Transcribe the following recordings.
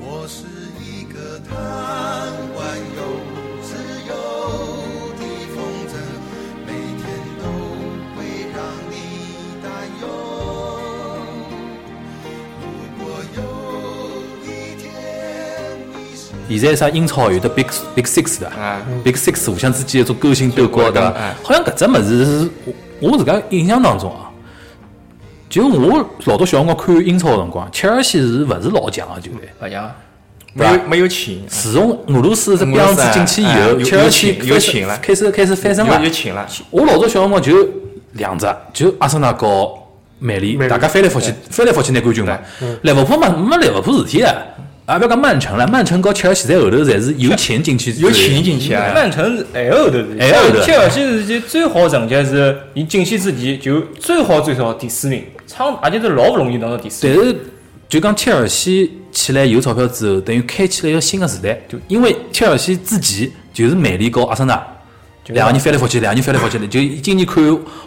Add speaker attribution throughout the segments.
Speaker 1: 我是一个贪玩又自由的风筝，每天都会让你担忧。如果有一天你是
Speaker 2: 现在啥英超有得 Big Big Six 的
Speaker 3: 啊
Speaker 2: ，Big Six 互相之间一种勾心斗角
Speaker 3: 就
Speaker 2: 对
Speaker 3: 我
Speaker 2: 伐
Speaker 3: 讲哎？
Speaker 2: 好像搿只物事是我我自家印象当中啊，就我老早小辰光看英超个辰光，切尔西是勿是老强个球队？
Speaker 3: 不像，
Speaker 2: 对
Speaker 3: 没
Speaker 2: 吧
Speaker 3: 有没有钱，
Speaker 2: 自从俄罗斯这标子进去以
Speaker 3: 俄
Speaker 2: 后，
Speaker 3: 罗斯
Speaker 2: 切
Speaker 3: 哎
Speaker 2: 尔西
Speaker 3: 有有请了
Speaker 2: 开始开始翻身了
Speaker 3: 有有。请了，
Speaker 2: 我老早小辰光就两只，就阿森纳和曼
Speaker 4: 曼
Speaker 2: 联，
Speaker 4: 联
Speaker 2: 大家翻来覆去，翻来覆去拿冠军嘛。利物浦嘛，没利物浦事体啊，啊不要讲曼城了，曼城和切尔西在后头侪是有钱进 去，
Speaker 3: 有请进
Speaker 2: 哎
Speaker 3: 去啊，
Speaker 5: 曼城是还后头是，
Speaker 2: 还后头
Speaker 5: 切尔西是就最好成绩是，伊进去之前就最好最少第四名，差而且是老不容易拿到第四
Speaker 2: 但
Speaker 5: 名。
Speaker 2: 是就讲切尔西起来有钞票之后，等于开启了一个新的时代。就因为切尔西之前就是曼联和阿森纳
Speaker 5: 就
Speaker 2: 两个人翻来覆去，两个人翻来覆去的，就今年看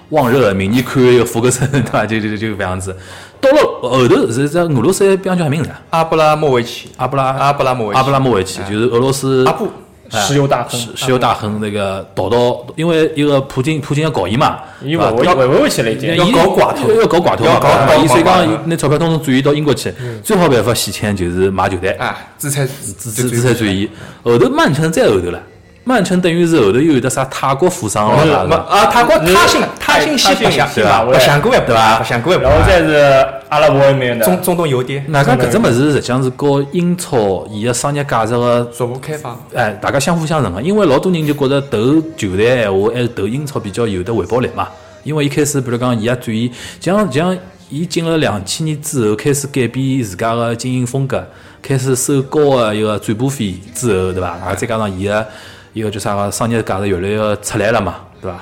Speaker 2: 旺热，明年看一个福格森，对伐？就就就就搿样子。到了后头是只俄罗斯还标叫啥名字啊？
Speaker 3: 阿布拉莫维奇，
Speaker 2: 阿布拉
Speaker 3: 阿布拉莫维奇
Speaker 2: 阿布拉莫维奇就是俄罗斯
Speaker 3: 阿布
Speaker 2: 哎
Speaker 5: 石油大亨
Speaker 2: 石石油大亨那个导到，因为一个普京普京要搞伊嘛，
Speaker 5: 伊
Speaker 2: 对吧
Speaker 5: 稳稳
Speaker 2: 要
Speaker 5: 稳稳起来已经，
Speaker 2: 要
Speaker 3: 搞寡头
Speaker 2: 要搞寡头
Speaker 3: 要
Speaker 2: 嘛，
Speaker 3: 搞
Speaker 2: 对吧
Speaker 3: 搞
Speaker 2: 伊所以
Speaker 3: 搞寡头
Speaker 2: 讲拿钞票统统转移到英国去，最好办法洗钱就是买球队，
Speaker 3: 啊，资产资
Speaker 2: 资资资产转移。后头曼城再后头了，曼城等于是后头又有的啥泰国富商了啥
Speaker 3: 没
Speaker 2: 的，
Speaker 3: 啊，他光他信
Speaker 5: 嗯
Speaker 3: 他信息
Speaker 5: 他
Speaker 3: 不
Speaker 5: 信
Speaker 3: 想
Speaker 5: 息
Speaker 2: 嘛
Speaker 3: 不想过也不
Speaker 2: 吧
Speaker 3: 不想过也不
Speaker 5: 然后再是阿拉伯埃面的，
Speaker 3: 中中东油店
Speaker 2: 哪讲搿只物事实际上是和英超伊个商业价值个
Speaker 3: 逐步开放，
Speaker 2: 哎，大家相辅相成个，因为老多人就觉着投球队闲话还是投英超比较有得回报率嘛。因为一开始，比如讲，伊也转移，像像伊进了两千年之后，开始改变自家个经营风格，开始收高个一个啊转播费之后，对伐？啊，再加上伊个一个叫啥个商业价值越来越出来了嘛，对伐？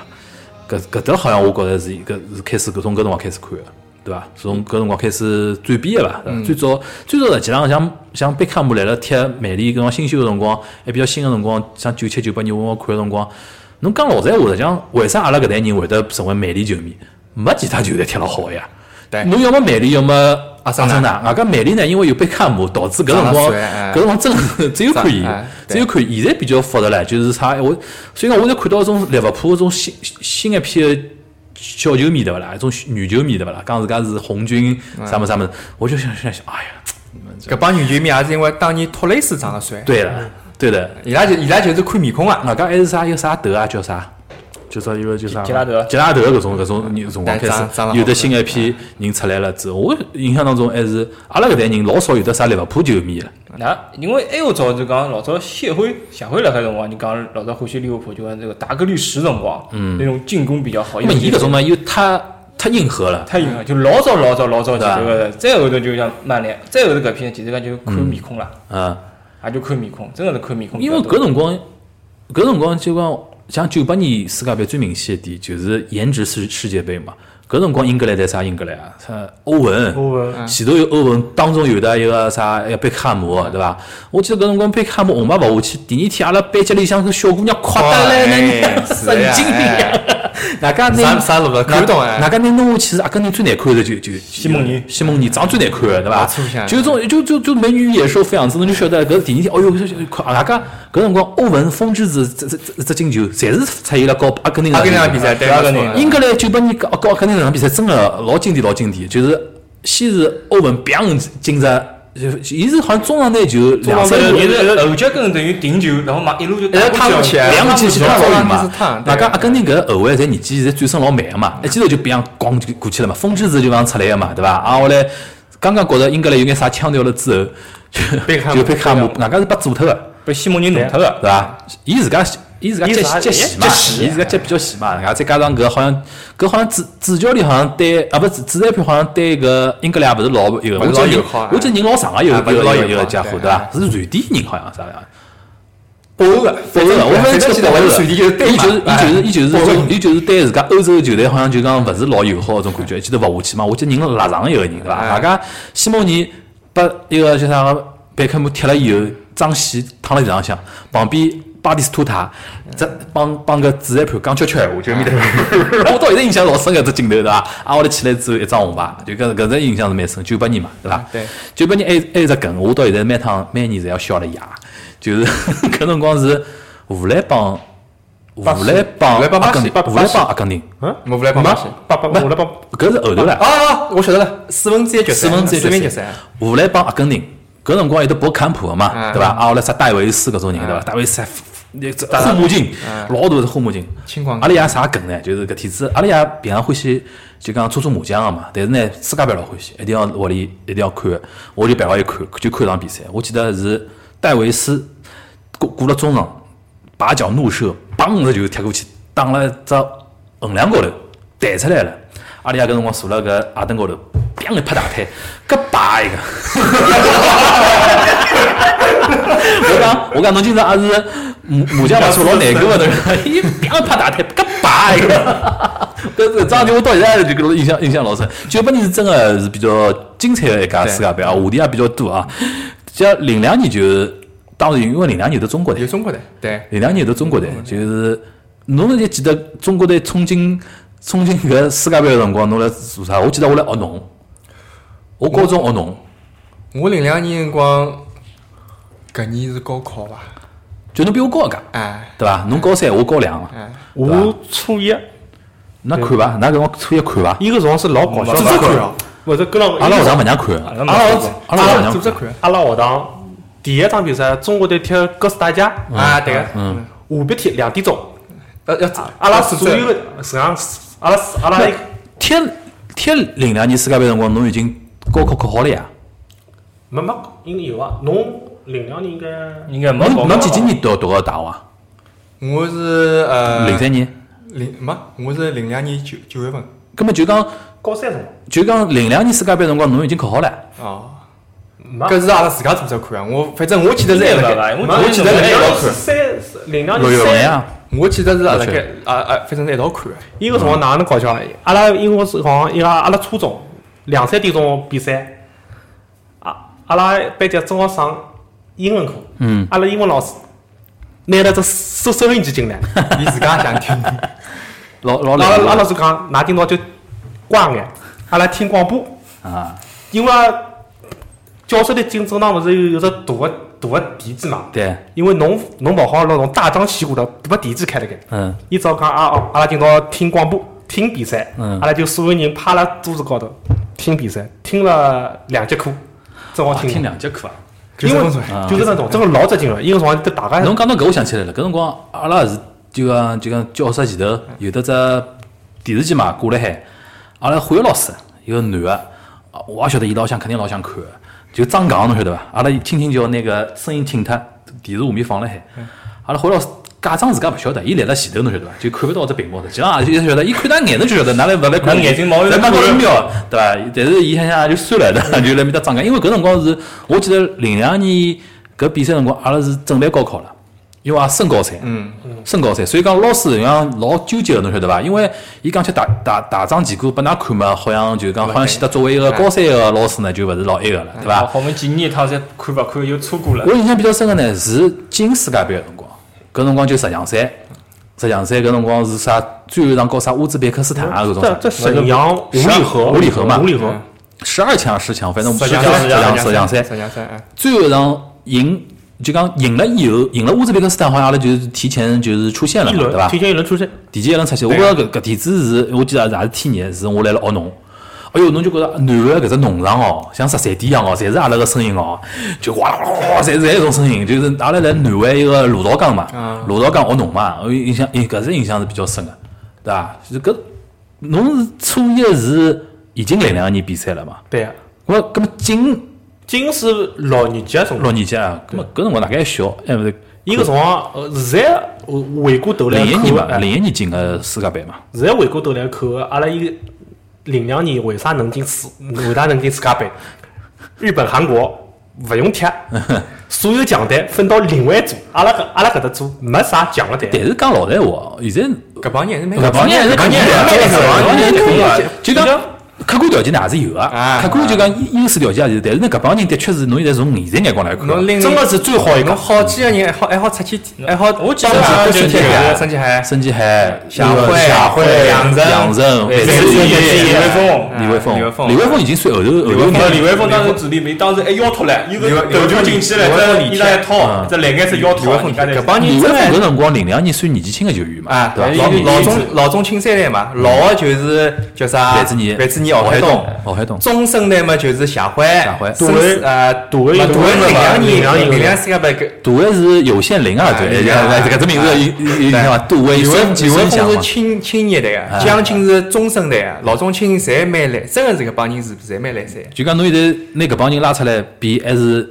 Speaker 2: 搿搿搭好像我觉着是一个是开始搿从搿辰光开始看个，对伐？是从搿辰光开始转变个吧。对伐
Speaker 3: 嗯
Speaker 2: 最早最早实际上像像贝克汉姆来了踢曼联搿种新秀个辰光，还比较新个辰光，像九七九八年我看个辰光，侬讲老实闲话，实际上为啥阿拉搿代人会得成为曼联球迷？没其他球队踢了好个呀。
Speaker 3: 对
Speaker 2: 侬要么曼联，要么阿
Speaker 3: 森纳
Speaker 2: 纳。啊，搿曼联呢，因为有贝克汉姆，导致搿辰
Speaker 3: 上了
Speaker 2: 光
Speaker 3: 水哎
Speaker 2: 搿辰光真的 只有看伊
Speaker 3: 哎，
Speaker 2: 只有看伊。现在比较复杂唻，就是啥我，所以讲我才看到一种利物浦一种新新一批的小球迷对勿啦，一种女球迷对勿啦，讲自家是红军
Speaker 5: 嗯
Speaker 2: 啥么啥么，我就想想想，哎呀，
Speaker 3: 搿帮女球迷也是因为当年托雷斯长得帅，
Speaker 2: 对
Speaker 5: 嗯
Speaker 2: 了，对的，
Speaker 3: 伊拉就伊拉就是看面孔啊，
Speaker 2: 外加还是啥有啥德啊，叫啥？就说一个叫啥？
Speaker 5: 吉拉德
Speaker 2: 吉拉德搿种搿种人辰光开
Speaker 3: 但长长得
Speaker 2: 始，
Speaker 3: 好
Speaker 2: 有的新一
Speaker 5: 嗯
Speaker 2: 批人出来了之后，我印象当中还是阿拉搿代人老少有的啥利物浦球迷了。
Speaker 5: 那因为还有早就讲老早谢辉谢辉辣海辰光，你讲老早欢喜利物浦，就讲这个达格利什辰光，嗯，那种进攻比较好。
Speaker 2: 那么伊搿种嘛又太太硬核了，
Speaker 5: 太硬了，就老早老早老早前头个，再后头就像曼联，再后头搿批其实讲就看面孔了，
Speaker 2: 啊。
Speaker 5: 也就看面孔，真个是看面孔比
Speaker 2: 因
Speaker 5: 较
Speaker 2: 为
Speaker 5: 多。
Speaker 2: 搿辰光，搿辰光就讲像九八年世界杯最明显一点就是颜值世世界杯嘛。搿辰光英格兰在啥英格兰啊？啥欧文，
Speaker 4: 欧文
Speaker 2: 前头有欧文，当中有的一个啥一个贝克汉姆，啊对伐？我记得搿辰光贝克汉姆红牌勿下去，第二天阿拉班级里向搿小姑娘哭得来
Speaker 3: 哎
Speaker 2: 呢，
Speaker 3: 是的呀
Speaker 2: 神经病啊
Speaker 3: 哎
Speaker 2: 呀！哪家
Speaker 3: 啥
Speaker 2: 拿
Speaker 3: 啥路了看不懂哎
Speaker 2: 哪家拿弄下去是阿根廷最难看的就就西
Speaker 5: 蒙尼
Speaker 2: 西蒙尼长最难看的，对伐
Speaker 3: 啊出不下来？
Speaker 2: 就种就就就美女与野兽飞扬之侬就晓得搿第二天，哎哟，这这快啊！搿搿辰光欧文、风之子这这这这进球，侪是出现了搞阿根廷
Speaker 3: 阿
Speaker 2: 人
Speaker 3: 根廷场比赛对
Speaker 5: 阿
Speaker 3: 阿
Speaker 5: 根
Speaker 3: 根
Speaker 5: 廷
Speaker 2: 英
Speaker 3: 廷，
Speaker 2: 格兰九八年搞搞阿根廷那场比赛真的老经典，老经典，就是先是欧文砰进只，就伊是好像中场那球两三
Speaker 5: 后
Speaker 2: 步
Speaker 5: 头。是后脚跟等于顶球，然后嘛一路就
Speaker 3: 哎他
Speaker 5: 过
Speaker 3: 们
Speaker 5: 去
Speaker 3: 起来
Speaker 2: 两个机器
Speaker 3: 他
Speaker 2: 造
Speaker 3: 们
Speaker 2: 嘛
Speaker 3: 是烫，对啊
Speaker 2: 外加阿根廷搿个后卫侪年纪侪转身老慢个嘛，一记头就别样咣就过去了嘛，风之子就搿样出来个嘛，对伐？啊，后来刚刚觉着英格兰有眼啥腔调了之后，
Speaker 3: 贝克汉
Speaker 2: 就
Speaker 3: 姆
Speaker 2: 就贝克汉姆，外加是被做脱个，
Speaker 5: 被西蒙尼弄脱个。
Speaker 2: 对伐？伊自家伊自家接
Speaker 5: 伊自家
Speaker 2: 接戏嘛
Speaker 5: 接，戏
Speaker 2: 伊自家
Speaker 3: 哎
Speaker 2: 接比较细嘛，外加再加上搿好像搿好像主主教练好像对啊不主主裁判好像对搿英格兰也勿是老有个，
Speaker 3: 勿
Speaker 2: 我
Speaker 3: 是
Speaker 2: 觉得
Speaker 3: 老
Speaker 2: 人
Speaker 3: 友好
Speaker 2: 我觉得人老长个有
Speaker 3: 啊
Speaker 2: 有
Speaker 3: 勿是老
Speaker 2: 有
Speaker 3: 友
Speaker 2: 有
Speaker 3: 好
Speaker 2: 个家伙
Speaker 3: 对
Speaker 2: 对伐？是瑞典人好像啥样。
Speaker 3: 北欧的，
Speaker 2: 北欧的，我
Speaker 3: 反
Speaker 2: 反
Speaker 3: 正
Speaker 2: 正
Speaker 3: 记
Speaker 2: 记
Speaker 3: 得
Speaker 2: 得我
Speaker 3: 我是
Speaker 2: 是
Speaker 3: 随地就是对
Speaker 2: 伊
Speaker 3: 嘛
Speaker 2: 就是
Speaker 3: 哎
Speaker 2: 伊就是伊就是
Speaker 3: 北
Speaker 2: 种
Speaker 3: 欧
Speaker 2: 伊就是对自家欧洲球队好像就讲勿是老友好搿种感觉，一记头勿下去嘛。我记得人拉长一个人对伐？
Speaker 3: 哎
Speaker 2: 外加西蒙尼把一个叫啥个贝克姆踢了以后，脏兮躺辣地浪向，旁边巴蒂斯图塔，这帮帮个主裁判讲悄悄闲话，就面搭。 我到现在印象老深搿只镜头对伐？挨下来起来之后一张红牌，就搿搿只印象是蛮深，九八年嘛对伐？
Speaker 3: 对。
Speaker 2: 九八年还有还有只梗，我到现在每趟每年侪要笑了一夜，就是 搿辰光是荷兰帮
Speaker 3: 巴西
Speaker 2: 荷兰帮
Speaker 3: 荷兰帮
Speaker 2: 阿
Speaker 3: 巴西
Speaker 2: 根廷，
Speaker 3: 巴
Speaker 2: 荷兰
Speaker 3: 巴西
Speaker 2: 帮阿根廷，
Speaker 5: 嗯，
Speaker 3: 我不来帮
Speaker 5: 没
Speaker 3: 巴西
Speaker 5: 爸爸，我来帮
Speaker 2: 搿是后头了。
Speaker 3: 啊，我晓得了，四分之一决赛，
Speaker 2: 四分之一
Speaker 3: 四分
Speaker 2: 决
Speaker 3: 之一决
Speaker 2: 赛
Speaker 3: 赛，，
Speaker 2: 荷兰帮阿根廷，搿辰光有得博坎普个嘛，
Speaker 3: 嗯
Speaker 2: 对伐？啊，后来啥戴维斯搿种
Speaker 3: 啊
Speaker 2: 人对伐？戴维斯那只护目镜，老大只护目镜。
Speaker 3: 青光眼
Speaker 2: 阿拉爷啥梗呢？就是搿天子，阿拉爷平常欢喜就讲搓搓麻将个嘛，但是呢，世界杯老欢喜，一定要屋里一定要看。我就陪牢伊看，就看场比赛。我记得是戴维斯过过了中场，拔脚怒射，梆一下就踢过去，打了只横梁高头，弹出来了。阿拉爷搿辰光坐辣搿矮凳高头，砰一拍大腿，搿拔一个。我讲，我讲，侬今朝还是母母将勿错，老难过的，伊砰拍大腿，搿拔一个。搿搿张就我到现在就搿种印象印象老深。九八年是真个是比较精彩的一届世界杯啊，话题也比较多啊。像零两年就是，当然因为零两年有的中国队
Speaker 3: 有，中国队，对，
Speaker 2: 零两年有的中国队，就是侬现在记得中国队冲进冲进搿世界杯个辰光，侬来做啥？我记得我来学侬，我高中学侬，
Speaker 3: 我零两年辰光，搿年是高考伐？
Speaker 2: 就侬比我高一届，
Speaker 3: 哎，
Speaker 2: 对伐？侬高三，我高两嘛。
Speaker 4: 我初一，
Speaker 2: 那看伐，那搿我初一看伐。
Speaker 4: 伊搿辰光是老搞笑
Speaker 3: 组
Speaker 4: 的
Speaker 3: 织，看哦，
Speaker 4: 勿是跟了
Speaker 2: 阿拉学堂勿让看，
Speaker 5: 阿
Speaker 4: 阿拉
Speaker 5: 拉
Speaker 4: 学
Speaker 2: 阿拉学堂
Speaker 3: 组
Speaker 2: 勿
Speaker 3: 织
Speaker 2: 让看。
Speaker 3: 看
Speaker 4: 阿拉学堂第一场比赛，中国队踢哥斯达黎加，
Speaker 3: 啊，对个，嗯，呃啊
Speaker 4: 下半天两点钟，
Speaker 3: 要要组
Speaker 4: 阿拉
Speaker 3: 组
Speaker 4: 所有
Speaker 3: 织，
Speaker 4: 的实际上是阿拉阿拉
Speaker 2: 踢踢零两年世界杯辰光，侬已经高考考好了呀？
Speaker 4: 没没应该有啊，侬零两年应该
Speaker 5: 应该没
Speaker 2: 侬侬几几年读读个大学啊？
Speaker 3: 我是呃
Speaker 2: 零三年。
Speaker 3: 零没，我是零两年九九月份，
Speaker 2: 葛末就讲
Speaker 4: 高三辰光
Speaker 2: 就讲零两年世界杯辰光，侬已经考好了。
Speaker 3: 哦，
Speaker 4: 没。
Speaker 3: 搿是阿拉自家组织看啊，我反正我记得是
Speaker 5: 一
Speaker 3: 辣
Speaker 5: 个
Speaker 3: 盖，
Speaker 5: 我
Speaker 4: 没
Speaker 3: 我记得是
Speaker 4: 零
Speaker 3: 辣
Speaker 4: 两
Speaker 3: 一道
Speaker 4: 年是
Speaker 3: 看，
Speaker 4: 三，零两
Speaker 2: 六
Speaker 4: 年
Speaker 2: 月份
Speaker 4: 三。
Speaker 2: 呀，
Speaker 3: 我记得是辣
Speaker 2: 我
Speaker 3: 盖
Speaker 2: 去
Speaker 3: 啊啊，反正是一道 看的，
Speaker 4: 伊个辰光哪能搞笑？阿拉因为是好像伊拉阿拉初中两三点钟比赛，阿阿拉班级正好上英文课，
Speaker 2: 嗯，
Speaker 4: 阿拉英文老师拿了只收收音机进来，
Speaker 3: 伊自家 想听，
Speaker 2: 老老
Speaker 4: 阿拉阿拉
Speaker 2: 厉
Speaker 4: 老师讲，㑚今朝就乖眼，阿拉听广播，
Speaker 2: 害啊！
Speaker 4: 因为教室里进正常勿是有有只大个大个电视嘛，
Speaker 2: 对，
Speaker 4: 因为侬侬勿好拿侬大张旗鼓的把电视开了盖，
Speaker 2: 嗯，
Speaker 4: 伊只好讲啊，哦阿拉今朝听广播听比赛，
Speaker 2: 嗯
Speaker 4: 阿拉就所有人趴辣桌子高头听比赛，听了两节课，正好
Speaker 2: 啊听
Speaker 4: 听了，
Speaker 2: 两节课啊。
Speaker 3: 就
Speaker 4: 因
Speaker 3: 这
Speaker 4: 为
Speaker 3: 么做
Speaker 2: 啊
Speaker 4: 就是那种，真个老扎劲了，伊个辰光就大家
Speaker 2: 侬讲到搿，我想起来了，搿辰光阿拉是就讲就讲教室前头有得只电视机嘛挂辣海，阿拉化学老师有个男个，啊我也晓得伊老想肯定老想看个，就张戆侬晓得伐？阿拉轻轻叫那个声音请脱，电视画面放辣海，
Speaker 5: 嗯
Speaker 2: 阿拉化学老师。假装自家勿晓得，伊来了前头，侬晓得伐？就看勿到只屏幕的，实际上也就晓得，伊看他眼睛就晓得，哪来勿来看？
Speaker 5: 拿眼睛毛
Speaker 2: 在
Speaker 5: 在
Speaker 2: 那
Speaker 5: 看
Speaker 2: 一秒，对伐？但是伊想想也就算了，对伐？就来面搭张戆，因为搿辰光是，我记得零两年搿比赛辰光，阿拉是准备高考了。因为也升高三，嗯，升高三，所以讲老师像老纠结的，侬晓得伐？因为伊讲去大大大张旗鼓拨㑚看嘛，好像就讲好像显得作为一个高三个老师呢，就勿是老埃个
Speaker 4: 哎
Speaker 2: 了，对伐？
Speaker 5: 好，我们几年一趟才看勿看又错过了
Speaker 2: 我。印象比较深个呢是进世界杯个辰光，搿辰光就十强赛，十强赛搿辰光是啥？最后一场搞啥乌兹别克斯坦啊搿种
Speaker 4: 这
Speaker 2: 啥，
Speaker 4: 这沈阳五里河，
Speaker 2: 五里河嘛
Speaker 4: 五里河，
Speaker 2: 十二强十强，反正
Speaker 5: 十
Speaker 2: 十
Speaker 5: 强
Speaker 2: 强
Speaker 5: 十
Speaker 2: 十
Speaker 5: 强
Speaker 2: 强十强赛，
Speaker 3: 三强三，哎，
Speaker 2: 最后一场赢就讲赢了以后，赢了乌兹别克斯坦，好像阿拉就是提前就是出线了
Speaker 4: 一
Speaker 2: 嘛，对伐
Speaker 4: 轮？提前一轮出身，
Speaker 2: 提前一轮出去，我觉着搿搿体子是，我记得也是天热，是我来了学侬。哎哟，侬就觉着男个搿只农场哦，像十三点一样哦，侪是阿拉个声音哦，就哗啦哗啦哗啦，侪是搿种声音，就是阿拉来南湾一个鲁道江嘛，鲁道江学农嘛，我印象，印搿只印象是比较深个，对伐？就是搿侬是初一是已经零两年比赛了嘛？
Speaker 4: 对啊，
Speaker 2: 我搿么进
Speaker 4: 今是六年级的辰光
Speaker 2: 六。年级啊，搿么搿辰光大概还小，哎还勿是
Speaker 4: 伊个辰光，呃现在回过头来
Speaker 2: 零一年嘛，
Speaker 4: 看，
Speaker 2: 零一年进个世界杯嘛，
Speaker 4: 现在回过头来看，阿拉伊零两年为啥能进世，为啥能进世界杯？日本、韩国勿用踢，所有奖台分到另外一组，阿拉搿阿拉搿搭组没啥奖了
Speaker 2: 但
Speaker 4: 台。
Speaker 2: 是讲老实闲话哦，现在
Speaker 3: 搿帮人还是蛮
Speaker 2: 搿帮人还是
Speaker 3: 搿帮
Speaker 2: 可以
Speaker 3: 人
Speaker 2: 的，
Speaker 3: 还是
Speaker 2: 搿
Speaker 3: 蛮
Speaker 2: 帮人还是可以的
Speaker 3: 蛮
Speaker 2: 就讲客观条件呢还是有啊，
Speaker 3: 啊
Speaker 2: 客观就讲优优势条件也是有，但是呢，搿帮人的确是侬现在从现在眼光来看，
Speaker 3: 侬拎
Speaker 4: 真的是最好一个
Speaker 3: 侬好几个人还好还好出去，还好
Speaker 5: 我记得
Speaker 3: 帮
Speaker 5: 啊
Speaker 3: 忙
Speaker 5: 就
Speaker 3: 申请
Speaker 5: 是
Speaker 3: 海，申请海，
Speaker 2: 申继海、
Speaker 3: 夏慧
Speaker 2: 夏慧、
Speaker 3: 杨
Speaker 2: 杨
Speaker 3: 晨
Speaker 2: 晨、
Speaker 3: 对
Speaker 2: 范
Speaker 3: 对
Speaker 2: 志
Speaker 3: 对
Speaker 2: 毅
Speaker 3: 对对
Speaker 5: 李
Speaker 3: 对
Speaker 5: 伟峰，
Speaker 2: 李伟峰，
Speaker 3: 李伟峰
Speaker 2: 李伟峰已经算后头后头
Speaker 5: 那
Speaker 2: 面
Speaker 5: 李伟峰当时主力没，当时还腰脱了，一个
Speaker 3: 李伟
Speaker 5: 头球进去了，
Speaker 3: 李伟峰
Speaker 5: 这伊拉一套，这栏杆是腰脱，人家在
Speaker 3: 搿帮
Speaker 2: 李伟
Speaker 3: 人真
Speaker 2: 峰
Speaker 3: 的
Speaker 2: 搿辰光零两年算年纪轻个球员嘛
Speaker 3: 啊，，
Speaker 2: 对伐？
Speaker 3: 老
Speaker 5: 有
Speaker 3: 老
Speaker 5: 有有
Speaker 3: 中老中青三代嘛，老的就是叫啥？
Speaker 2: 范志毅、
Speaker 3: 范志毅、
Speaker 2: 敖
Speaker 3: 敖海
Speaker 2: 东
Speaker 3: 东。、
Speaker 2: 敖海东，
Speaker 3: 中生代嘛就是夏辉，夏
Speaker 2: 辉
Speaker 3: 杜
Speaker 4: 杜威
Speaker 3: 呃，
Speaker 4: 杜威
Speaker 3: 嘛杜威
Speaker 4: 杜威
Speaker 3: 零两
Speaker 4: 零两
Speaker 3: 年，
Speaker 4: 年
Speaker 3: 零两世界杯搿
Speaker 2: 杜威是有线零啊，对，
Speaker 3: 啊
Speaker 2: 哎搿只名字有有有像伐？杜威、
Speaker 3: 李
Speaker 2: 孙
Speaker 3: 文李文
Speaker 2: 孙祥
Speaker 3: 峰是
Speaker 2: 嘛，
Speaker 3: 青青一代
Speaker 2: 啊
Speaker 3: 的，江青是中生代的，老中青侪蛮来，真的是搿帮人是侪蛮来塞。
Speaker 2: 就讲侬现在拿搿帮人拉出来比，还是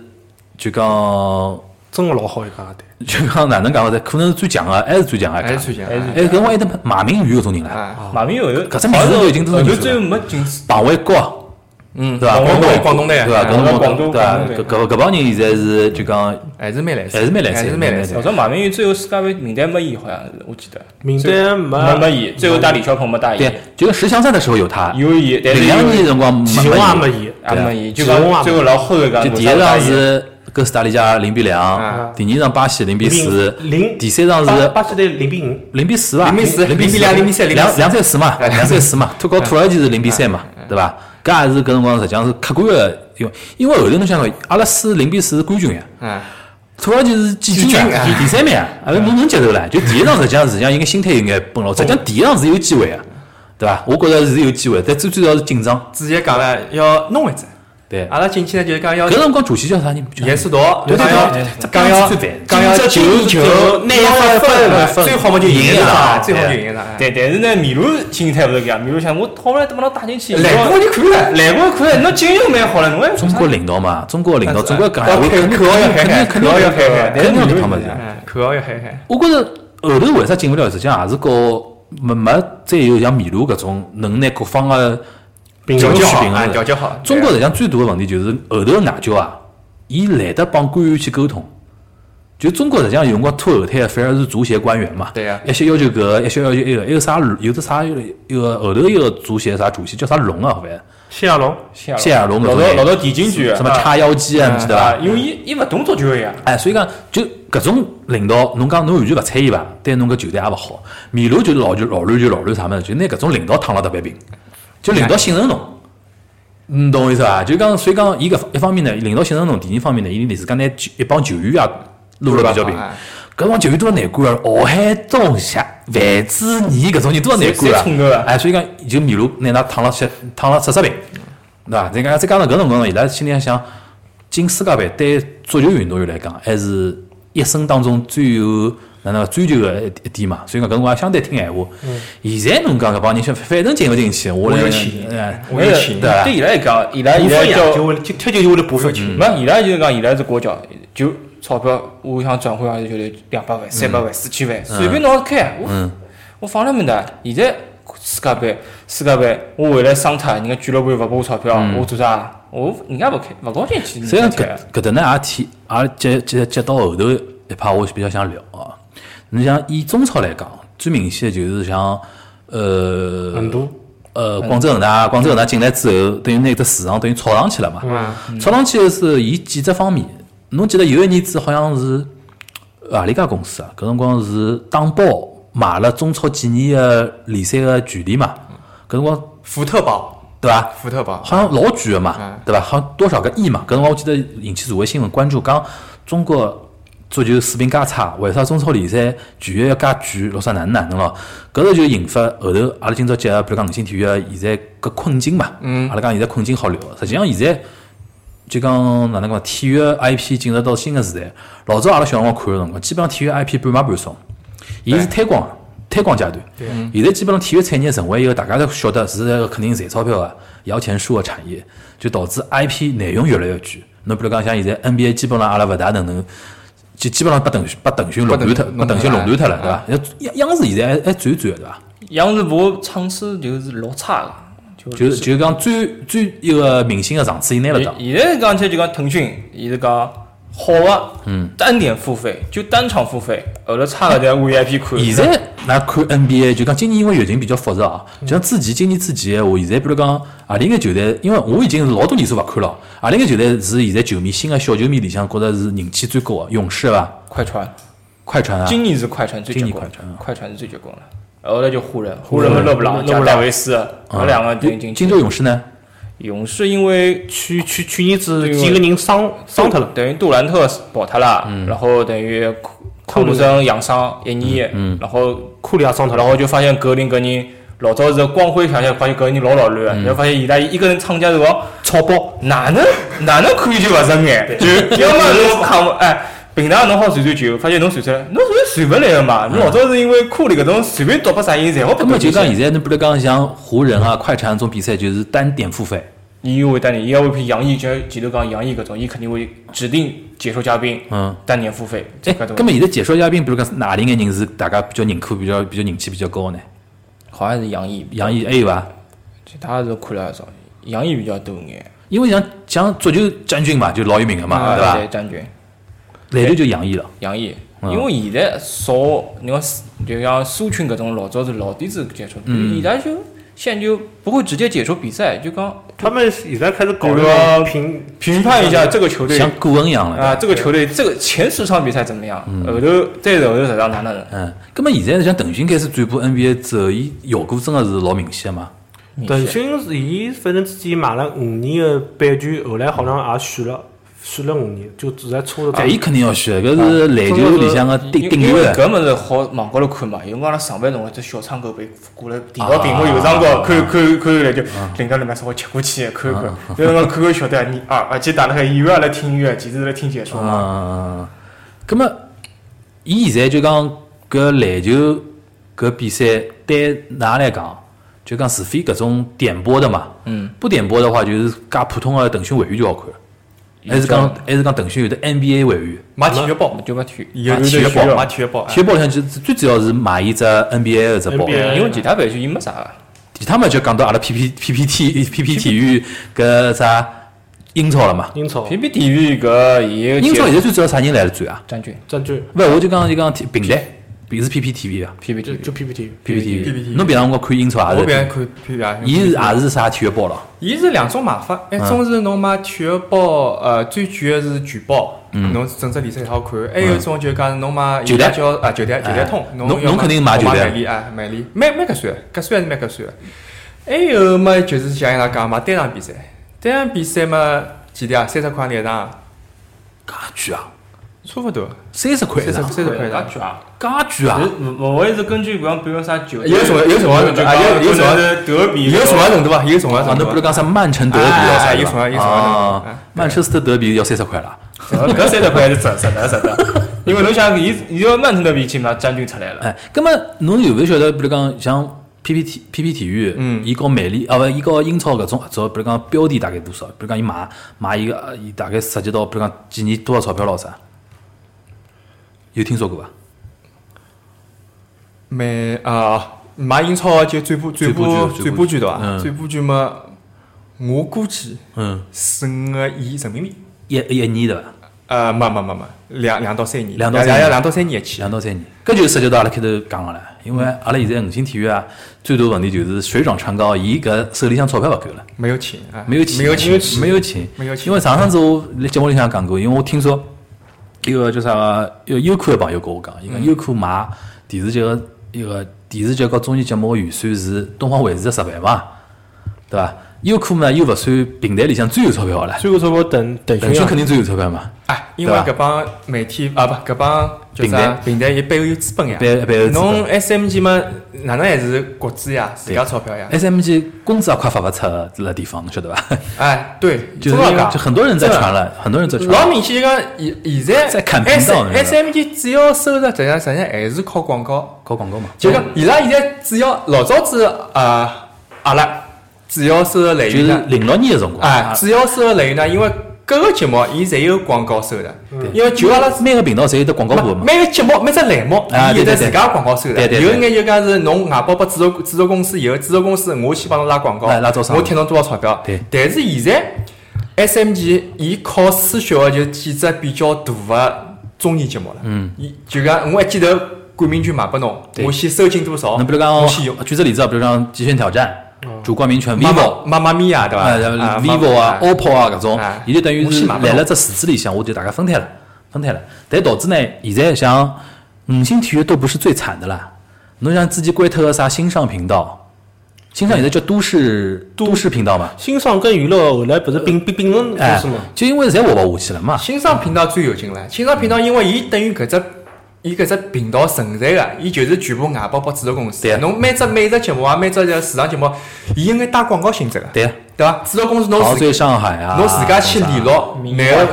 Speaker 2: 就讲
Speaker 4: 真的老好一个啊对。
Speaker 2: 就讲哪能讲法子？可能是最强个，还是最强个一家，
Speaker 3: 还是最强的
Speaker 2: 哎，搿辰光还得马明宇搿种人啦，
Speaker 3: 啊，
Speaker 5: 马明有，
Speaker 2: 搿只名字都已经真的
Speaker 5: 好像
Speaker 2: 名字
Speaker 5: 就
Speaker 2: 了
Speaker 5: 最后没进
Speaker 2: 榜位高，
Speaker 3: 嗯，
Speaker 2: 对伐？
Speaker 5: 广东队
Speaker 3: 广东队
Speaker 2: 对伐？
Speaker 3: 哎
Speaker 2: 广东
Speaker 5: 广东
Speaker 2: 对伐？
Speaker 5: 广
Speaker 2: 搿
Speaker 5: 东队
Speaker 2: 搿搿帮人现在是就讲
Speaker 3: 还是蛮来塞，
Speaker 2: 还是蛮来塞
Speaker 3: 还是蛮来
Speaker 2: 蛮
Speaker 3: 塞
Speaker 5: 我。说马明宇最后世界杯名单没伊，好像是我记得
Speaker 4: 名单没
Speaker 5: 没没伊，最后打李霄鹏没打伊，
Speaker 2: 对，就是十强赛的时候有他，
Speaker 5: 有伊，但是
Speaker 2: 零两
Speaker 5: 因为
Speaker 2: 年辰光没
Speaker 4: 祁宏也
Speaker 3: 啊
Speaker 4: 没
Speaker 2: 有
Speaker 4: 伊，
Speaker 5: 也没伊，就
Speaker 4: 祁宏也
Speaker 5: 讲最后老后一个，
Speaker 2: 就第一场是哥斯达黎加零比两
Speaker 3: 啊，
Speaker 2: 第二场巴西零比四，
Speaker 4: 零
Speaker 2: 第三场
Speaker 4: 巴
Speaker 2: 是
Speaker 4: 巴西队零比五，
Speaker 2: 零比四吧，
Speaker 3: 0比4
Speaker 2: 零比
Speaker 3: 0比2 0比3
Speaker 2: 两两战四嘛，两战四嘛，突搞土耳其是零比三嘛，对伐？搿也是搿辰光实际上是客观个，因为因为后头侬想想，阿拉输零比四是冠军呀。
Speaker 3: 嗯，
Speaker 2: 土耳其是季军
Speaker 3: 季
Speaker 2: 啊，
Speaker 3: 军啊
Speaker 2: 第第三名啊，啊，侬能接受唻？就第一场实际上实际上应该心态有眼崩了，实际上第一场是有机会个，对伐？我觉着是有机会，但最主要是紧张。
Speaker 3: 主席讲了要弄一只，
Speaker 2: 对，
Speaker 3: 阿拉进去呢就是讲要
Speaker 2: 搿辰光主席叫啥人？叫啥
Speaker 3: 严
Speaker 2: 人
Speaker 3: 世铎，
Speaker 2: 对对
Speaker 3: 讲要
Speaker 2: 对对
Speaker 3: 讲
Speaker 2: 这
Speaker 3: 要
Speaker 2: 帮子最烦
Speaker 3: 讲要
Speaker 2: 这
Speaker 3: 进
Speaker 2: 进
Speaker 3: 一球
Speaker 2: 球，
Speaker 3: 拿一分
Speaker 2: 拿一分
Speaker 3: 最好嘛就赢一场，
Speaker 2: 赢一场
Speaker 3: 最好就赢一场。哎
Speaker 5: 但但是呢，米卢心态不是搿样，米卢想我好不容易把侬打进去，
Speaker 3: 来过就看了，
Speaker 5: 来过看，侬经营蛮好了，侬还
Speaker 2: 中国领导嘛，中国领导总归讲
Speaker 3: 要
Speaker 2: 闲话，
Speaker 3: 开
Speaker 2: 肯定
Speaker 3: 口号要
Speaker 2: 肯
Speaker 3: 开
Speaker 2: 定
Speaker 3: 开
Speaker 2: 肯定
Speaker 3: 口号
Speaker 2: 要
Speaker 3: 要开开
Speaker 2: 肯定要搿趟物事。
Speaker 3: 嗯，口号要嗨嗨。
Speaker 2: 我觉着后头为啥进勿了，实际上也是和没没再有像米卢搿种能拿各方个
Speaker 4: 并
Speaker 2: 调
Speaker 4: 不
Speaker 2: 教
Speaker 4: 是
Speaker 2: 好
Speaker 3: 好
Speaker 2: 啊
Speaker 3: 啊，调教好。
Speaker 2: 中国实际上最大的问题就是后头外交啊，伊懒得帮官员去沟通。就中国实际上有辰光拖后腿的，反而是足协官员嘛。
Speaker 3: 对呀
Speaker 2: 一些要求搿个，一些要求埃个，还有啥有的啥有个后头一个足协啥主席叫啥龙啊，好像
Speaker 4: 谢亚龙，
Speaker 5: 谢
Speaker 2: 谢亚龙搿
Speaker 5: 老
Speaker 2: 种
Speaker 5: 早
Speaker 2: 人
Speaker 5: 老早田径局
Speaker 2: 什么叉腰肌啊，你记得伐
Speaker 5: 啊，？因为伊伊勿懂足球呀，
Speaker 2: 哎，所以讲就搿种领导，侬讲侬完全勿睬伊伐？对侬搿球队也勿好。米卢就老就老乱就老乱啥物事，就拿搿种领导烫了特别平，就领导信任侬。你懂我意思伐？就讲，所以讲，伊搿一方面呢，领导信任侬；第二方面呢，伊自家拿球一帮球员也啊撸了比较平。搿帮球员多少难过啊！敖海东、啊夏范志毅搿种人多少难过
Speaker 5: 谁谁冲头
Speaker 2: 啊
Speaker 5: 啊！
Speaker 2: 哎，所以讲，就米卢拿㑚烫了些，烫了七十平，对伐？再讲再加上搿辰光呢，伊拉心里向想，进世界杯对足球运动员来讲，还是一生当中最有哪能追求个一一点嘛。所以讲，搿辰光也相对听闲话。现在侬讲搿帮人想，反正进勿进去，我来
Speaker 3: 我有钱，
Speaker 2: 哎
Speaker 5: 我有钱
Speaker 2: 对伐
Speaker 5: 对伊拉来讲，伊拉
Speaker 4: 补
Speaker 5: 伊拉
Speaker 4: 分呀，
Speaker 5: 叫
Speaker 4: 就为了就踢球就为了补分
Speaker 5: 没，伊拉就是讲，伊拉是国脚，就钞票，我想转会啊，就是两百万、三百万、四千万，随便拿开。啊我我放了没得。现在世界杯，世界杯，我为了伤他，人家俱乐部又勿拨我钞票，我做啥？我人家勿开，勿高兴去。
Speaker 2: 所以
Speaker 5: 人
Speaker 2: 讲
Speaker 5: 家
Speaker 2: 搿
Speaker 5: 开
Speaker 2: 搿搭呢也提，也啊接接接到后头一趴，我是比较想聊啊。侬像以中超来讲，最明显的就是像呃
Speaker 4: 很多。
Speaker 2: 呃广州恒大，广州恒大进来之后，等于拿只市场等于炒上去了嘛。嗯炒上去的是伊几只方面，侬记得有一年子好像是何里家公司啊，搿辰光是打包买了中超几年的联赛的权利嘛，搿辰光
Speaker 3: 福特堡，
Speaker 2: 对伐？
Speaker 3: 福特堡，
Speaker 2: 好像老贵个嘛
Speaker 3: 嗯，
Speaker 2: 对伐？好像多少个亿嘛？搿辰光我记得引起社会新闻关注，讲中国足球水平介差，为啥中超联赛全约要介贵？老啥哪能哪能咯？搿个就引发后头阿拉今朝结合，比如讲五星体育现在搿困境嘛，阿拉讲现在困境好聊。实际上现在就讲哪能讲，体育 IP 进入到新个时代。老早阿拉小辰光看个辰光，基本上体育 IP 半卖半送，伊是推广推广阶段。现在基本上体育产业成为一个大家都晓得是一个肯定赚钞票个摇钱树个啊产业，就导致 IP 内容越来越贵。侬比如讲像现在 NBA 基本上阿拉勿大能能。就基本上被腾讯被腾讯垄断脱，被腾讯垄断脱了，对伐？要央央视现在还还转一转，对伐？
Speaker 5: 央视播唱次就是老差个，
Speaker 2: 就就讲最最一个明星个场次，伊拿勿到。
Speaker 5: 现现在讲起来就讲腾讯，伊是讲好个，嗯，单点付费就单场付费，后头差搿点 VIP 看。
Speaker 2: 现在㑚看 NBA，就讲今年因为疫情比较复杂啊，就像之前今年之前的话，现在比如讲何里眼球队，因为我已经老多年数勿看了，何里眼球队是现在球迷新的小球迷里向觉着是人气最高的，勇士伐？
Speaker 5: 快船，
Speaker 2: 快船啊，
Speaker 5: 今年是快船最
Speaker 2: 今
Speaker 5: 结
Speaker 2: 年
Speaker 5: 棍
Speaker 2: 快船啊，
Speaker 5: 快船是最结棍了。后头就湖人，湖人们勒布朗加戴维斯，搿两个顶进
Speaker 2: 啊金州勇嗯士呢？
Speaker 5: 勇士因为
Speaker 4: 去去去年子
Speaker 5: 对
Speaker 4: 几个人伤伤脱了，
Speaker 5: 等于杜兰特跑脱了，
Speaker 2: 嗯
Speaker 5: 然后等于库库鲁森养伤一年，
Speaker 2: 嗯
Speaker 5: 然后
Speaker 4: 库里也伤脱
Speaker 5: 嗯然
Speaker 4: 了，
Speaker 5: 后就发现格林搿人老早是光辉闪耀，发现搿人老老乱，然后发现伊拉一个人参加辰光
Speaker 4: 草包
Speaker 5: 哪能哪能看球勿顺眼，就 要么侬看哎。平常侬好传传球，发现侬传出来，侬传传勿来个嘛。侬老早是因为库里搿种随便夺拨啥人，侪好
Speaker 2: 那
Speaker 5: 拨
Speaker 2: 么
Speaker 5: 夺
Speaker 2: 就
Speaker 5: 进
Speaker 2: 讲
Speaker 5: 去。
Speaker 2: 现在，侬比如讲像湖人啊、快船这种比赛，就是单点付费。
Speaker 5: 伊又会带你，伊还会批杨毅，就前头讲杨毅搿种，伊肯定会指定解说嘉宾，
Speaker 2: 嗯，
Speaker 5: 单年付费。
Speaker 2: 哎，
Speaker 5: 搿
Speaker 2: 那么现在解说嘉宾，比如讲是哪里眼人是大家比较认可、比较比较人气比较高呢？
Speaker 5: 好像是杨毅，
Speaker 2: 杨毅还哎有伐？
Speaker 5: 其他是看了少，杨毅比较多眼，
Speaker 2: 因为像像足球将军嘛，就老有名的嘛，
Speaker 5: 啊
Speaker 2: 对伐？
Speaker 5: 张军。
Speaker 2: 篮球就杨毅了。
Speaker 5: 杨毅，
Speaker 2: 嗯
Speaker 5: 因为现在少，你讲就像苏群搿种老早是老底子解说，伊拉就现在就不会直接解说比赛，就讲
Speaker 4: 他们现在开始搞
Speaker 5: 比
Speaker 4: 这
Speaker 5: 如说
Speaker 4: 个评
Speaker 5: 评判一下这个球队
Speaker 2: 像顾问一样了。
Speaker 5: 啊，这个球队嗯这个前十场比赛怎么样，后头再后头十场哪能了？
Speaker 2: 嗯，那么现在像腾讯开始转播 NBA 之后，伊效果真的是老明显的嘛。
Speaker 4: 腾讯是伊反正之前买了五年的版权，后来好像也续了续了五年，就只在抽着
Speaker 2: 对，伊肯定要选，搿是篮球里向的顶顶
Speaker 5: 啊因为
Speaker 2: 流啊的。
Speaker 5: 搿物事好网高头看嘛，有辰光阿拉上班辰光，只小窗口被挂了电脑屏幕右上角看看看来就领导里面稍微切过去看一看，有辰光看看晓得你啊，而且打了个以为阿拉听音乐，其实是来听解说
Speaker 2: 嗯，
Speaker 5: 嘛。
Speaker 2: 葛么，伊现在就讲搿篮球搿比赛对㑚来讲，就讲除非搿种点播的嘛，嗯，不点播的话就是介普通的腾讯会员就好看，还是讲还是讲腾讯有的 NBA 会员，
Speaker 5: 买体育报就买体育，
Speaker 2: 买体育
Speaker 5: 需要
Speaker 2: 报，
Speaker 5: 体育报
Speaker 3: 哎
Speaker 2: 体育报里向就最主要是买一只 NBA 的只报，
Speaker 4: NBA
Speaker 5: 因为其他版权伊没啥
Speaker 3: 哦
Speaker 5: 个。
Speaker 2: 其他嘛就讲到阿拉 P P P P T P P 体育搿啥英超了嘛，
Speaker 4: 英超
Speaker 5: P P T V 搿也
Speaker 2: 英超现在最主要啥人来了转啊？
Speaker 5: 占据
Speaker 4: 占据
Speaker 2: 勿，我就讲就讲体平台，比如是 PPTV 啊
Speaker 5: P P
Speaker 4: 就
Speaker 5: T
Speaker 4: 就 PPT。
Speaker 2: ，PPT。
Speaker 3: PPTV
Speaker 2: 侬平常辰光看英超
Speaker 3: 我
Speaker 2: 也
Speaker 3: 别
Speaker 2: 是，
Speaker 3: 人看 P P 啊，
Speaker 2: 伊是也是啥体育报了，
Speaker 3: 伊是两种买法，
Speaker 2: 嗯
Speaker 3: 一种是侬买体育包，呃，最贵的是全包，
Speaker 2: 嗯
Speaker 3: 侬整只比赛一套看；还有一种就是讲侬买
Speaker 2: 球
Speaker 3: 伊
Speaker 2: 队
Speaker 3: 拉叫啊九台九台通，
Speaker 2: 嗯哎
Speaker 3: 侬
Speaker 2: 侬
Speaker 3: 要
Speaker 2: 侬肯定买
Speaker 3: 我
Speaker 2: 球队
Speaker 3: 买美丽啊，美丽，蛮蛮合算，合算还是蛮合算的。还有嘛，就是像伊拉讲嘛，单场比赛，单场比赛嘛，几钿啊？三十块钿一场，
Speaker 2: 介贵啊，
Speaker 3: 差不多，
Speaker 2: 三十块一
Speaker 3: 三十
Speaker 2: 场，
Speaker 3: 三十块一场。
Speaker 5: 去啊！
Speaker 2: 介贵啊！
Speaker 5: 勿会是根据比方比方啥球
Speaker 3: 有什么有什么程度啊？有有什么
Speaker 5: 是德比
Speaker 3: 有什么程度啊？有什么
Speaker 2: 啊，
Speaker 3: 程
Speaker 2: 侬
Speaker 3: 度
Speaker 2: 比
Speaker 3: 啊
Speaker 2: 如？讲啥曼城德比
Speaker 3: 哎
Speaker 2: 要
Speaker 3: 哎
Speaker 2: 啥
Speaker 3: 哎有什么有什么
Speaker 2: 啊
Speaker 3: 哎哎
Speaker 2: 曼彻斯特德比要三十块了，
Speaker 5: 呃搿三十块是值值得值 得，因为侬想伊伊要曼城的比起码占据出来了，
Speaker 2: 哎，葛么侬有勿有晓得，比如讲像 PPT PP 体育，嗯，伊和美丽啊勿，伊和英超搿种合作，比如讲标的大概多少？比如讲伊买买一个，呃伊大概涉及到比如讲几年多少钞票咯啥？有听说过伐？
Speaker 3: 买啊，买英超就转播转播
Speaker 2: 转播剧转播剧
Speaker 3: 转播剧对伐？
Speaker 2: 嗯
Speaker 3: 转播剧嘛，我估计
Speaker 2: 嗯，
Speaker 3: 是五个亿人民币。
Speaker 2: 一一年对伐？
Speaker 3: 呃，没没没没，两两到三年，
Speaker 2: 两到三年嗯
Speaker 3: 要两到三年一起。
Speaker 2: 两到三年，搿就涉及到阿拉开头讲个了，因为阿拉现在五星体育啊，最大问题就是水涨船高，伊搿手里向钞票勿够了，
Speaker 3: 没有钱啊，
Speaker 2: 没有钱，
Speaker 3: 没有钱，
Speaker 2: 没有钱，
Speaker 3: 没有钱
Speaker 2: 因为上趟子我辣节目里向讲过，因为我听说一个叫啥个一个优酷个朋友跟我讲，伊
Speaker 3: 嗯
Speaker 2: 讲优酷买电视剧个一个电视剧和综艺节目个预算是东方卫视个十倍嘛，对伐？优酷嘛又勿算平台里向最有钞票个了，
Speaker 4: 最后差不多等腾
Speaker 2: 腾讯
Speaker 4: 讯啊
Speaker 2: 肯定最有钞票嘛。
Speaker 3: 啊，因为
Speaker 2: 对吧
Speaker 3: 搿帮媒体啊，不，搿帮叫
Speaker 2: 平台
Speaker 3: 啥平台，伊背后有资本呀
Speaker 2: 背背后有。资本
Speaker 3: 侬 SMG 嘛，哪能还是国资呀，自家钞票
Speaker 2: 哎
Speaker 3: 呀？
Speaker 2: SMG 工资也快发勿出个辣地 方，侬晓得伐？
Speaker 3: 哎，对，
Speaker 2: 就是
Speaker 3: 真
Speaker 2: 因
Speaker 3: 的
Speaker 2: 为
Speaker 3: 讲
Speaker 2: 就很多人在
Speaker 3: 真的
Speaker 2: 传了，很多人在传了。
Speaker 3: 老明显就讲，现现
Speaker 2: 在
Speaker 3: 在
Speaker 2: 砍频
Speaker 3: S
Speaker 2: 道呢
Speaker 3: SMG 主要收入实际上实际上还是靠广告。
Speaker 2: 搞广告嘛，
Speaker 3: 就讲伊拉现在主要老早子啊，阿拉主要收入来
Speaker 2: 就
Speaker 3: 源
Speaker 2: 是
Speaker 3: 呢，
Speaker 2: 零六年的辰光
Speaker 3: 啊，，主要收入来源呢，因为各个节目伊侪有广告收入，因为就阿拉是
Speaker 2: 每个频道侪有嗯得广告部嘛，
Speaker 3: 每个节目每只栏目
Speaker 2: 啊
Speaker 3: 伊有
Speaker 2: 对对
Speaker 3: 得
Speaker 2: 对
Speaker 3: 自家广告收入，
Speaker 2: 对对对
Speaker 3: 有眼就讲是侬外包拨制作制作公司以后，制作公司我去帮侬拉广告
Speaker 2: 哎拉招，商
Speaker 3: 我贴侬多少钞票
Speaker 2: 对，
Speaker 3: 但是现在 SMG 伊靠输血的就几只比较大的综艺节目了。嗯，伊就讲我一记头冠名权买拨侬，我先收进多少，
Speaker 2: 那比如
Speaker 3: 我先用
Speaker 2: 讲，举个例子啊，比如讲《极限挑战》主冠名权 vivo。
Speaker 3: 嗯妈哎妈咪呀，对伐
Speaker 2: 啊，vivo 啊，OPPO 啊，搿种
Speaker 3: 啊，
Speaker 2: 伊就等于
Speaker 3: 我去
Speaker 2: 是
Speaker 3: 买不
Speaker 2: 来
Speaker 3: 到
Speaker 2: 了只池子里向，我就大家分摊了，分摊了。但导致呢，现在像五星体育都不是最惨的啦。侬像之前关脱个啥新上频道，新上现在叫都市都市频道嘛，
Speaker 4: 新商跟娱乐后来不是并并并成
Speaker 2: 哎
Speaker 4: 是吗？，
Speaker 2: 就因为侪活勿下去了嘛。
Speaker 3: 新上频道最有劲了，新上频道因为伊等于搿只。伊搿只频道存在个，伊就是全部外包拨制作公司
Speaker 2: 对。
Speaker 3: 侬每只每只节目啊，每只这市场节目，伊应该带广告性质个，
Speaker 2: 对啊，
Speaker 3: 对伐？制作公司侬
Speaker 2: 陶
Speaker 3: 自己
Speaker 2: 醉上海啊，
Speaker 3: 侬自家去
Speaker 2: 啥
Speaker 3: 联络，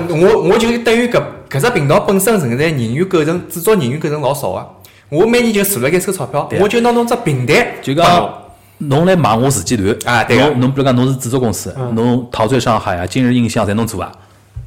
Speaker 3: 然后我我就等于搿搿只频道本身存在人员构成，制作人员构成老少个。我每年就赚了该收钞票
Speaker 2: 对，啊
Speaker 3: 我就拿侬只平台
Speaker 2: 就
Speaker 3: 拨侬
Speaker 2: 讲侬来买我自己团
Speaker 3: 啊对个嗯
Speaker 2: 侬侬比如讲侬是制作公司，侬陶醉上海啊、今日印象侪侬做啊，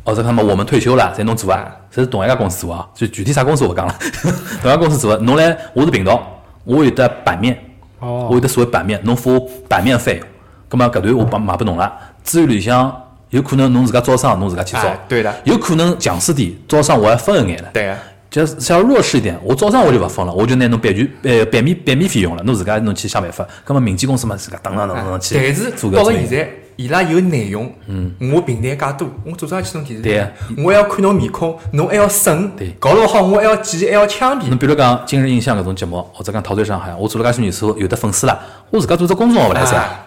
Speaker 2: 或者他们我们退休了侪侬做啊，侪是同一家公司做啊，就具体啥公司我勿讲了， 同一家公司做啊，侬来我是频道，我有得版面，
Speaker 4: 哦
Speaker 2: 我有得所谓版面，侬付我版面费，葛末搿段我帮卖拨侬了，资源里向。有可能侬自家招商，侬自家去招
Speaker 3: 啊，对的
Speaker 2: 有可能强势点招商，我还分一眼了。
Speaker 3: 对个。
Speaker 2: 就是想弱势一点，我招商我就勿分了，我就拿侬版权呃版面版面费用了，侬自家侬去想办法。葛末民间公司嘛，自家等等等等去
Speaker 3: 但是
Speaker 2: 做搿
Speaker 3: 到了
Speaker 2: 种。
Speaker 3: 现在，伊拉有内容，我平台介多，我做啥去弄电
Speaker 2: 嗯
Speaker 3: 视剧
Speaker 2: 对啊？
Speaker 3: 我还要看侬面孔，侬还要审
Speaker 2: 对，
Speaker 3: 搞了好我还要记，还要枪
Speaker 2: 侬
Speaker 3: 毙。
Speaker 2: 比如讲《今日印象》搿种节目，或者讲《陶醉上海》，我做了介许年数，有的粉丝啦，我自家做只公众号勿来噻。
Speaker 3: 啊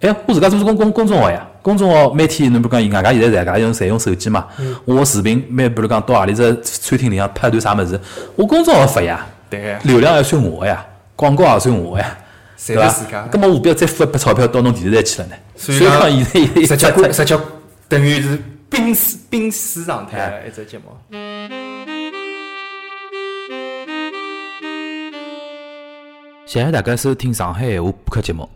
Speaker 2: 哎，我自家做公公公众号呀，公众号每天侬比如讲，外加现在大家用侪用手机嘛，
Speaker 3: 嗯
Speaker 2: 我视频每比如讲到何里只餐厅里向拍段啥物事，我公众号发呀，
Speaker 3: 对啊
Speaker 2: 流量也算我呀，广告也算我呀，
Speaker 3: 侪是
Speaker 2: 对伐
Speaker 3: 自家的
Speaker 2: 咁么何必要再付一笔钞票到侬电视台去了呢？所
Speaker 3: 以
Speaker 2: 以讲
Speaker 3: 讲
Speaker 2: 现在现
Speaker 3: 实际
Speaker 2: 在
Speaker 3: 观实际等于是濒死濒死状态
Speaker 2: 哎
Speaker 5: 哎
Speaker 3: 的一只节目。
Speaker 2: 谢谢大家收听上海闲话播客节目，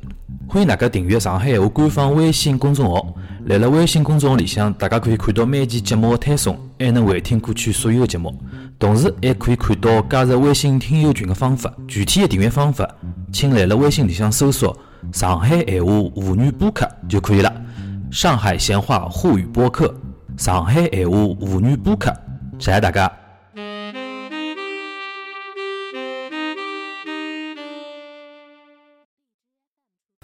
Speaker 2: 欢迎大家订阅上海闲话官方微信公众号。辣辣微信公众号里向，大家可以看到每期节目的推送，还能回听过去所有的节目，同时还可以看到加入微信听友群的方法。具体的订阅方法，请辣辣微信里向搜索“上海闲话妇女播客”就可以了。上海闲话沪语播客，上海闲话妇女播客，谢谢大家。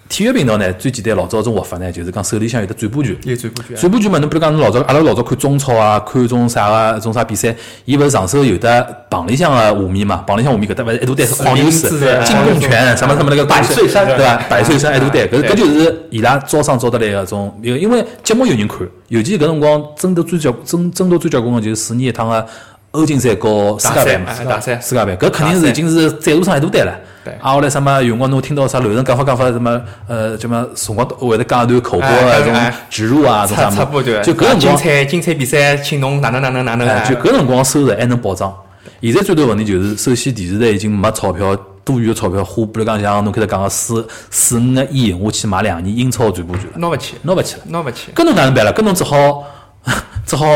Speaker 2: 体育频道呢，最简单老早种活法呢，就是讲手里向有得转播权。
Speaker 3: 有转播剧啊，
Speaker 2: 转播剧嘛，侬比如讲，侬老早阿拉老早看中超啊，看种啥个种啥比赛，伊勿是上手有的棚里向啊个画面嘛，棚里向画面搿搭勿是一大堆是黄牛
Speaker 3: 名
Speaker 2: 丝
Speaker 3: 字的、啊
Speaker 2: 进贡拳什么什么那个百
Speaker 5: 岁山
Speaker 2: 对伐？百岁山一大堆，搿
Speaker 3: 对
Speaker 2: 搿就是伊拉招商招得来个种，因为因为节目有人看，尤其搿辰光争夺最结争争夺最结棍个就是四年一趟个欧锦赛和世界杯嘛
Speaker 3: 大，赛哎大赛
Speaker 2: 世界杯，搿肯定是已经是赞助商一大堆了。
Speaker 3: 对
Speaker 2: 啊，后来什么有辰光侬听到啥流程讲法讲法什么呃什么辰光都会得讲一段口播
Speaker 3: 哎
Speaker 2: 啊，
Speaker 3: 哎
Speaker 2: 种
Speaker 3: 哎
Speaker 2: 植入啊，种啥
Speaker 3: 差
Speaker 2: 么
Speaker 3: 差不多对伐。
Speaker 2: 就搿辰
Speaker 3: 精
Speaker 2: 光，
Speaker 3: 彩精彩比赛，请侬哪能哪能哪能
Speaker 2: 哎
Speaker 3: 啊，
Speaker 2: 就搿辰光收入还能保障。现在最大问题就是，首先电视台已经没钞票，多余的钞票花，比如讲像侬开头讲个四四五个亿，我去买两年英超转播权了，
Speaker 3: 拿勿起，
Speaker 2: 拿勿起了。
Speaker 3: 拿勿起。
Speaker 2: 搿侬哪能办了？搿侬只好 只好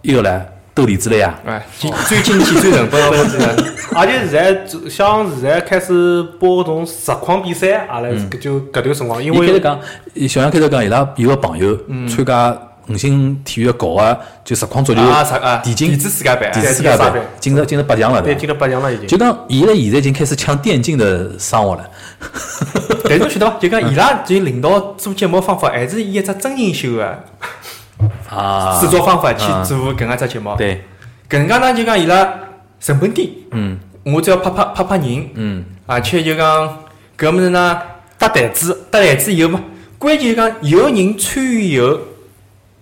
Speaker 2: 一个唻斗里子了呀。
Speaker 3: 哎，经最经济最成本的问题 呢，
Speaker 4: 而且现在像现在开始播搿种实况比赛，阿拉搿就搿段辰光，因
Speaker 2: 伊嗯开头
Speaker 4: 为
Speaker 2: 讲，伊小杨开头讲，伊拉有个朋友
Speaker 3: 嗯
Speaker 2: 参加五星体育搞个就实况足球
Speaker 3: 啊啥啊
Speaker 2: 电竞
Speaker 3: 电子世界杯啊
Speaker 2: 电子世
Speaker 4: 电
Speaker 2: 界
Speaker 4: 子世界
Speaker 2: 杯
Speaker 4: 杯
Speaker 2: 进入进入八强了
Speaker 4: 对
Speaker 2: 对
Speaker 4: 进
Speaker 2: 吧。
Speaker 4: 了八强了已经
Speaker 2: 就。讲伊拉现在已经开始抢电竞的生活了，
Speaker 3: 但是侬晓得伐？就讲伊拉就领导做节目方法，还是以一只真人秀的
Speaker 2: 啊，
Speaker 3: 制作方法去
Speaker 2: 啊
Speaker 3: 做搿能介只节目。
Speaker 2: 对，
Speaker 3: 搿能介呢，就讲伊拉成本低，
Speaker 2: 嗯
Speaker 3: 我只要拍拍拍拍人，
Speaker 2: 嗯，
Speaker 3: 而且就讲搿物事呢搭台子，搭台子以后嘛，关键就讲有人参与以后，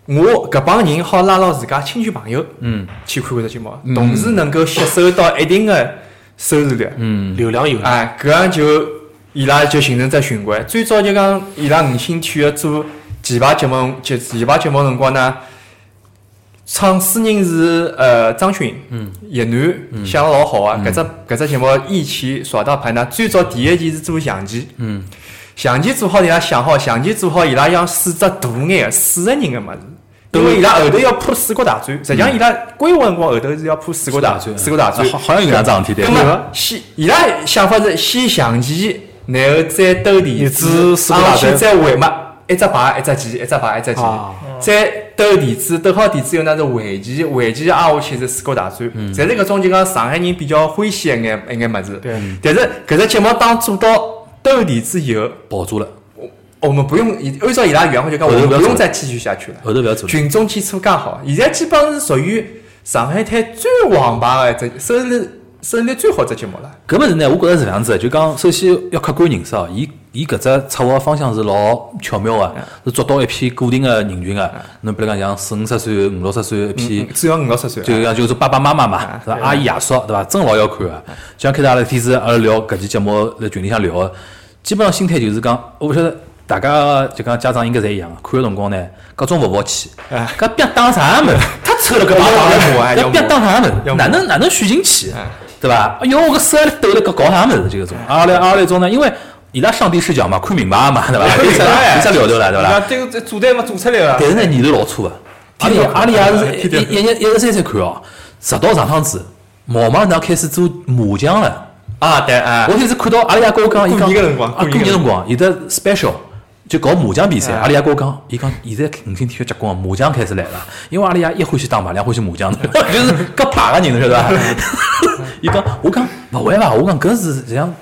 Speaker 3: 我搿帮人好拉牢自家亲戚朋友，
Speaker 2: 嗯，
Speaker 3: 去看搿只节目，同时能够吸收到一定的收视率，
Speaker 2: 嗯
Speaker 4: 流量有的，
Speaker 3: 哎，搿样就伊拉就形成只循环。最早就讲伊拉五星体育做棋牌节目，就棋牌节目辰光呢，创始人是呃张勋，嗯，叶楠想得老好
Speaker 2: 嗯
Speaker 3: 啊。搿只搿只节目一起耍大牌呢，最早第一期是做象棋，
Speaker 2: 嗯，
Speaker 3: 象棋做好伊拉想好，象棋做好伊拉要四只大眼的四十人个物事。因为伊拉后头要铺四国大战，实际
Speaker 2: 嗯
Speaker 3: 上伊拉规划辰光后头是要铺四国大战，四国大战
Speaker 2: 好好像有搿桩事体对
Speaker 3: 那。么先伊拉想法是先象棋，然后再斗地
Speaker 4: 地主
Speaker 3: 主，
Speaker 4: 四个
Speaker 3: 然
Speaker 4: 大
Speaker 3: 后去
Speaker 4: 队
Speaker 3: 再回嘛。一只牌一只棋，一只牌一只棋
Speaker 4: 啊，
Speaker 3: 再斗地主，斗好地主以后，拿着围棋，围棋挨下去是世界大战，侪是搿种就讲啊上海人比较欢喜一眼一眼物事。
Speaker 4: 对嗯
Speaker 3: 但是搿只节目当做到斗地主以后，
Speaker 2: 保住了，
Speaker 3: 我们不用以按照伊拉原话就讲，我
Speaker 2: 后头
Speaker 3: 们
Speaker 2: 不要
Speaker 3: 不
Speaker 2: 做了
Speaker 3: 用再继续下去了。
Speaker 2: 后头不要做了。
Speaker 3: 群众基础介好，现在基本上是属于上海滩最王牌的一只收视收视率最好的只节目了。
Speaker 2: 搿物事呢，我觉着是这样子的，就讲首先要客观认识哦，伊伊搿只策划方向是老巧妙个，是捉到一批固定的人群个。侬比如讲像四五十岁、五六十岁一批，
Speaker 3: 只要五六十岁，啊
Speaker 2: 就讲就是爸爸妈妈嘛，是吧？阿姨爷叔对伐？真老要看啊！就像开头阿拉天子阿拉聊搿期节目在群里向聊的，基本上心态就是讲，我勿晓得大家就讲家长应该侪一样，啊看个辰光呢，各种勿服气，搿别当啥门，太臭了搿帮
Speaker 3: 要要抹啊
Speaker 2: 人，
Speaker 3: 要
Speaker 2: 搿别
Speaker 3: 抹
Speaker 2: 当啥门，哪能哪能选进去？对伐？哎哟，搿手还抖了，搿搞啥物事？这个种，阿拉阿拉一种呢，因为伊拉上帝视角嘛，看明白嘛，对伐？有啥 有啥聊头了，对伐？
Speaker 5: 对啊个这做对嘛做出来了，
Speaker 2: 但是呢，年头老粗的，阿里阿里也是一一一一直三三看哦，直到上趟子，毛毛呢开始做麻将了。
Speaker 3: 啊，对啊
Speaker 2: 我，开始看到阿拉爷跟我讲，伊讲
Speaker 3: 过年个辰光
Speaker 2: 啊，
Speaker 3: 过
Speaker 2: 过
Speaker 3: 年
Speaker 2: 年
Speaker 3: 个
Speaker 2: 辰光有的 special 就搞麻将比赛，阿拉爷跟我讲，伊讲现在五星体育结棍，麻将开始来了，因为阿拉爷一欢喜打麻将，欢喜麻将的，就是搿牌个人，晓得伐？伊讲，我讲勿会伐？我讲搿是实际上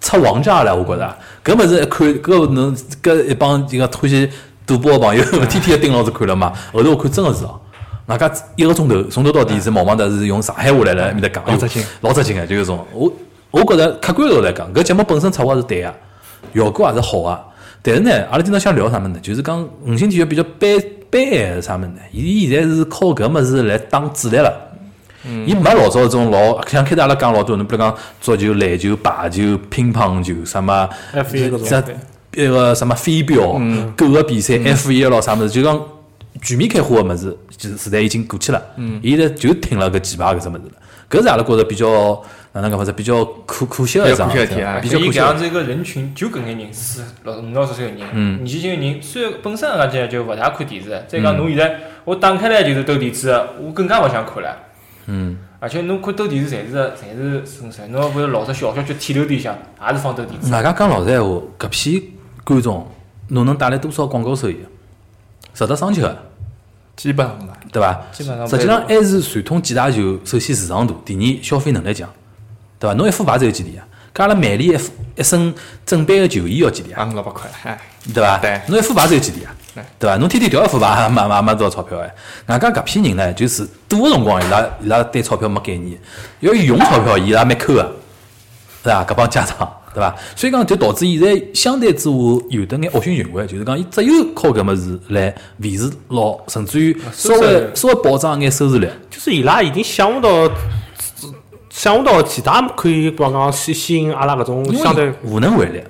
Speaker 2: 出王炸了，我觉着搿物事一看，搿能搿一帮就讲欢喜赌博个朋友， 天天盯牢子看了嘛。后头我看真个是哦。外加一个钟头，从头到底是毛毛的是用上海话来了，埃面搭讲，嗯老扎劲，老扎劲个，就是种。我我觉着客观高头来讲，搿节目本身策划是对个，效果也是好个。但是呢，阿拉今朝想聊啥物事呢？就是讲五星体育比较悲悲哀是啥物事呢？伊现在是靠搿物事来打主力了。伊没老早种老，像开头阿拉讲老多，侬比如讲足球、篮球、排球、乒乓球，什么
Speaker 4: F1 搿种
Speaker 2: 啥一个什么飞镖、
Speaker 3: 嗯
Speaker 2: 狗个比赛、F 一咯啥物事，就讲全面开花个物事，就是时代已经过去了。
Speaker 3: 嗯
Speaker 2: 伊现在就停了搿棋牌搿只物事了。搿是阿拉觉着比较哪能讲法子，比较可可惜个一桩
Speaker 3: 比较可惜的事体啊
Speaker 2: 比较可
Speaker 5: 搿
Speaker 2: 惜的。
Speaker 5: 样子一个人群就搿眼人，四老五六十岁个
Speaker 2: 嗯
Speaker 5: 人，年纪轻个人，虽然本身阿家就勿大看电视，再讲侬现在我打开来就是斗地主，我更加勿想看了。嗯。而且侬看斗地主，侪是侪是损失，侬勿是老早小小区天楼底下也是放斗地主。
Speaker 2: 外加讲老实闲话，搿批观众侬能带来多少广告收益？啊值得商榷个。
Speaker 3: 基本上了。
Speaker 2: 对伐？
Speaker 5: 基本上
Speaker 2: 实际上还是传统几大球，首先市场大，第二消费能力强，对伐？侬一副牌只有几钿啊？搿阿拉曼联一副一身正版个球衣要几钿啊？
Speaker 3: 啊，五六百块了，哎，
Speaker 2: 对伐？
Speaker 3: 对
Speaker 2: 侬一副牌只有几钿啊？对伐？侬天天调一副牌也没也没多少钞票哎。外加搿批人呢，就是赌个辰光，伊拉伊拉对钞票没概念，要用钞票伊拉蛮抠个，是伐？搿帮家长对伐？所以讲就导致现在相对之下有得眼恶性循环，就是讲伊只有靠搿物事来维持牢，甚至于稍
Speaker 5: 啊收视
Speaker 2: 微
Speaker 5: 率
Speaker 2: 稍微保障一眼收视率。
Speaker 4: 就是伊拉已经想勿到，想勿到其他可以，比方讲吸吸引阿拉搿种
Speaker 2: 因
Speaker 4: 相对
Speaker 2: 为无能为力，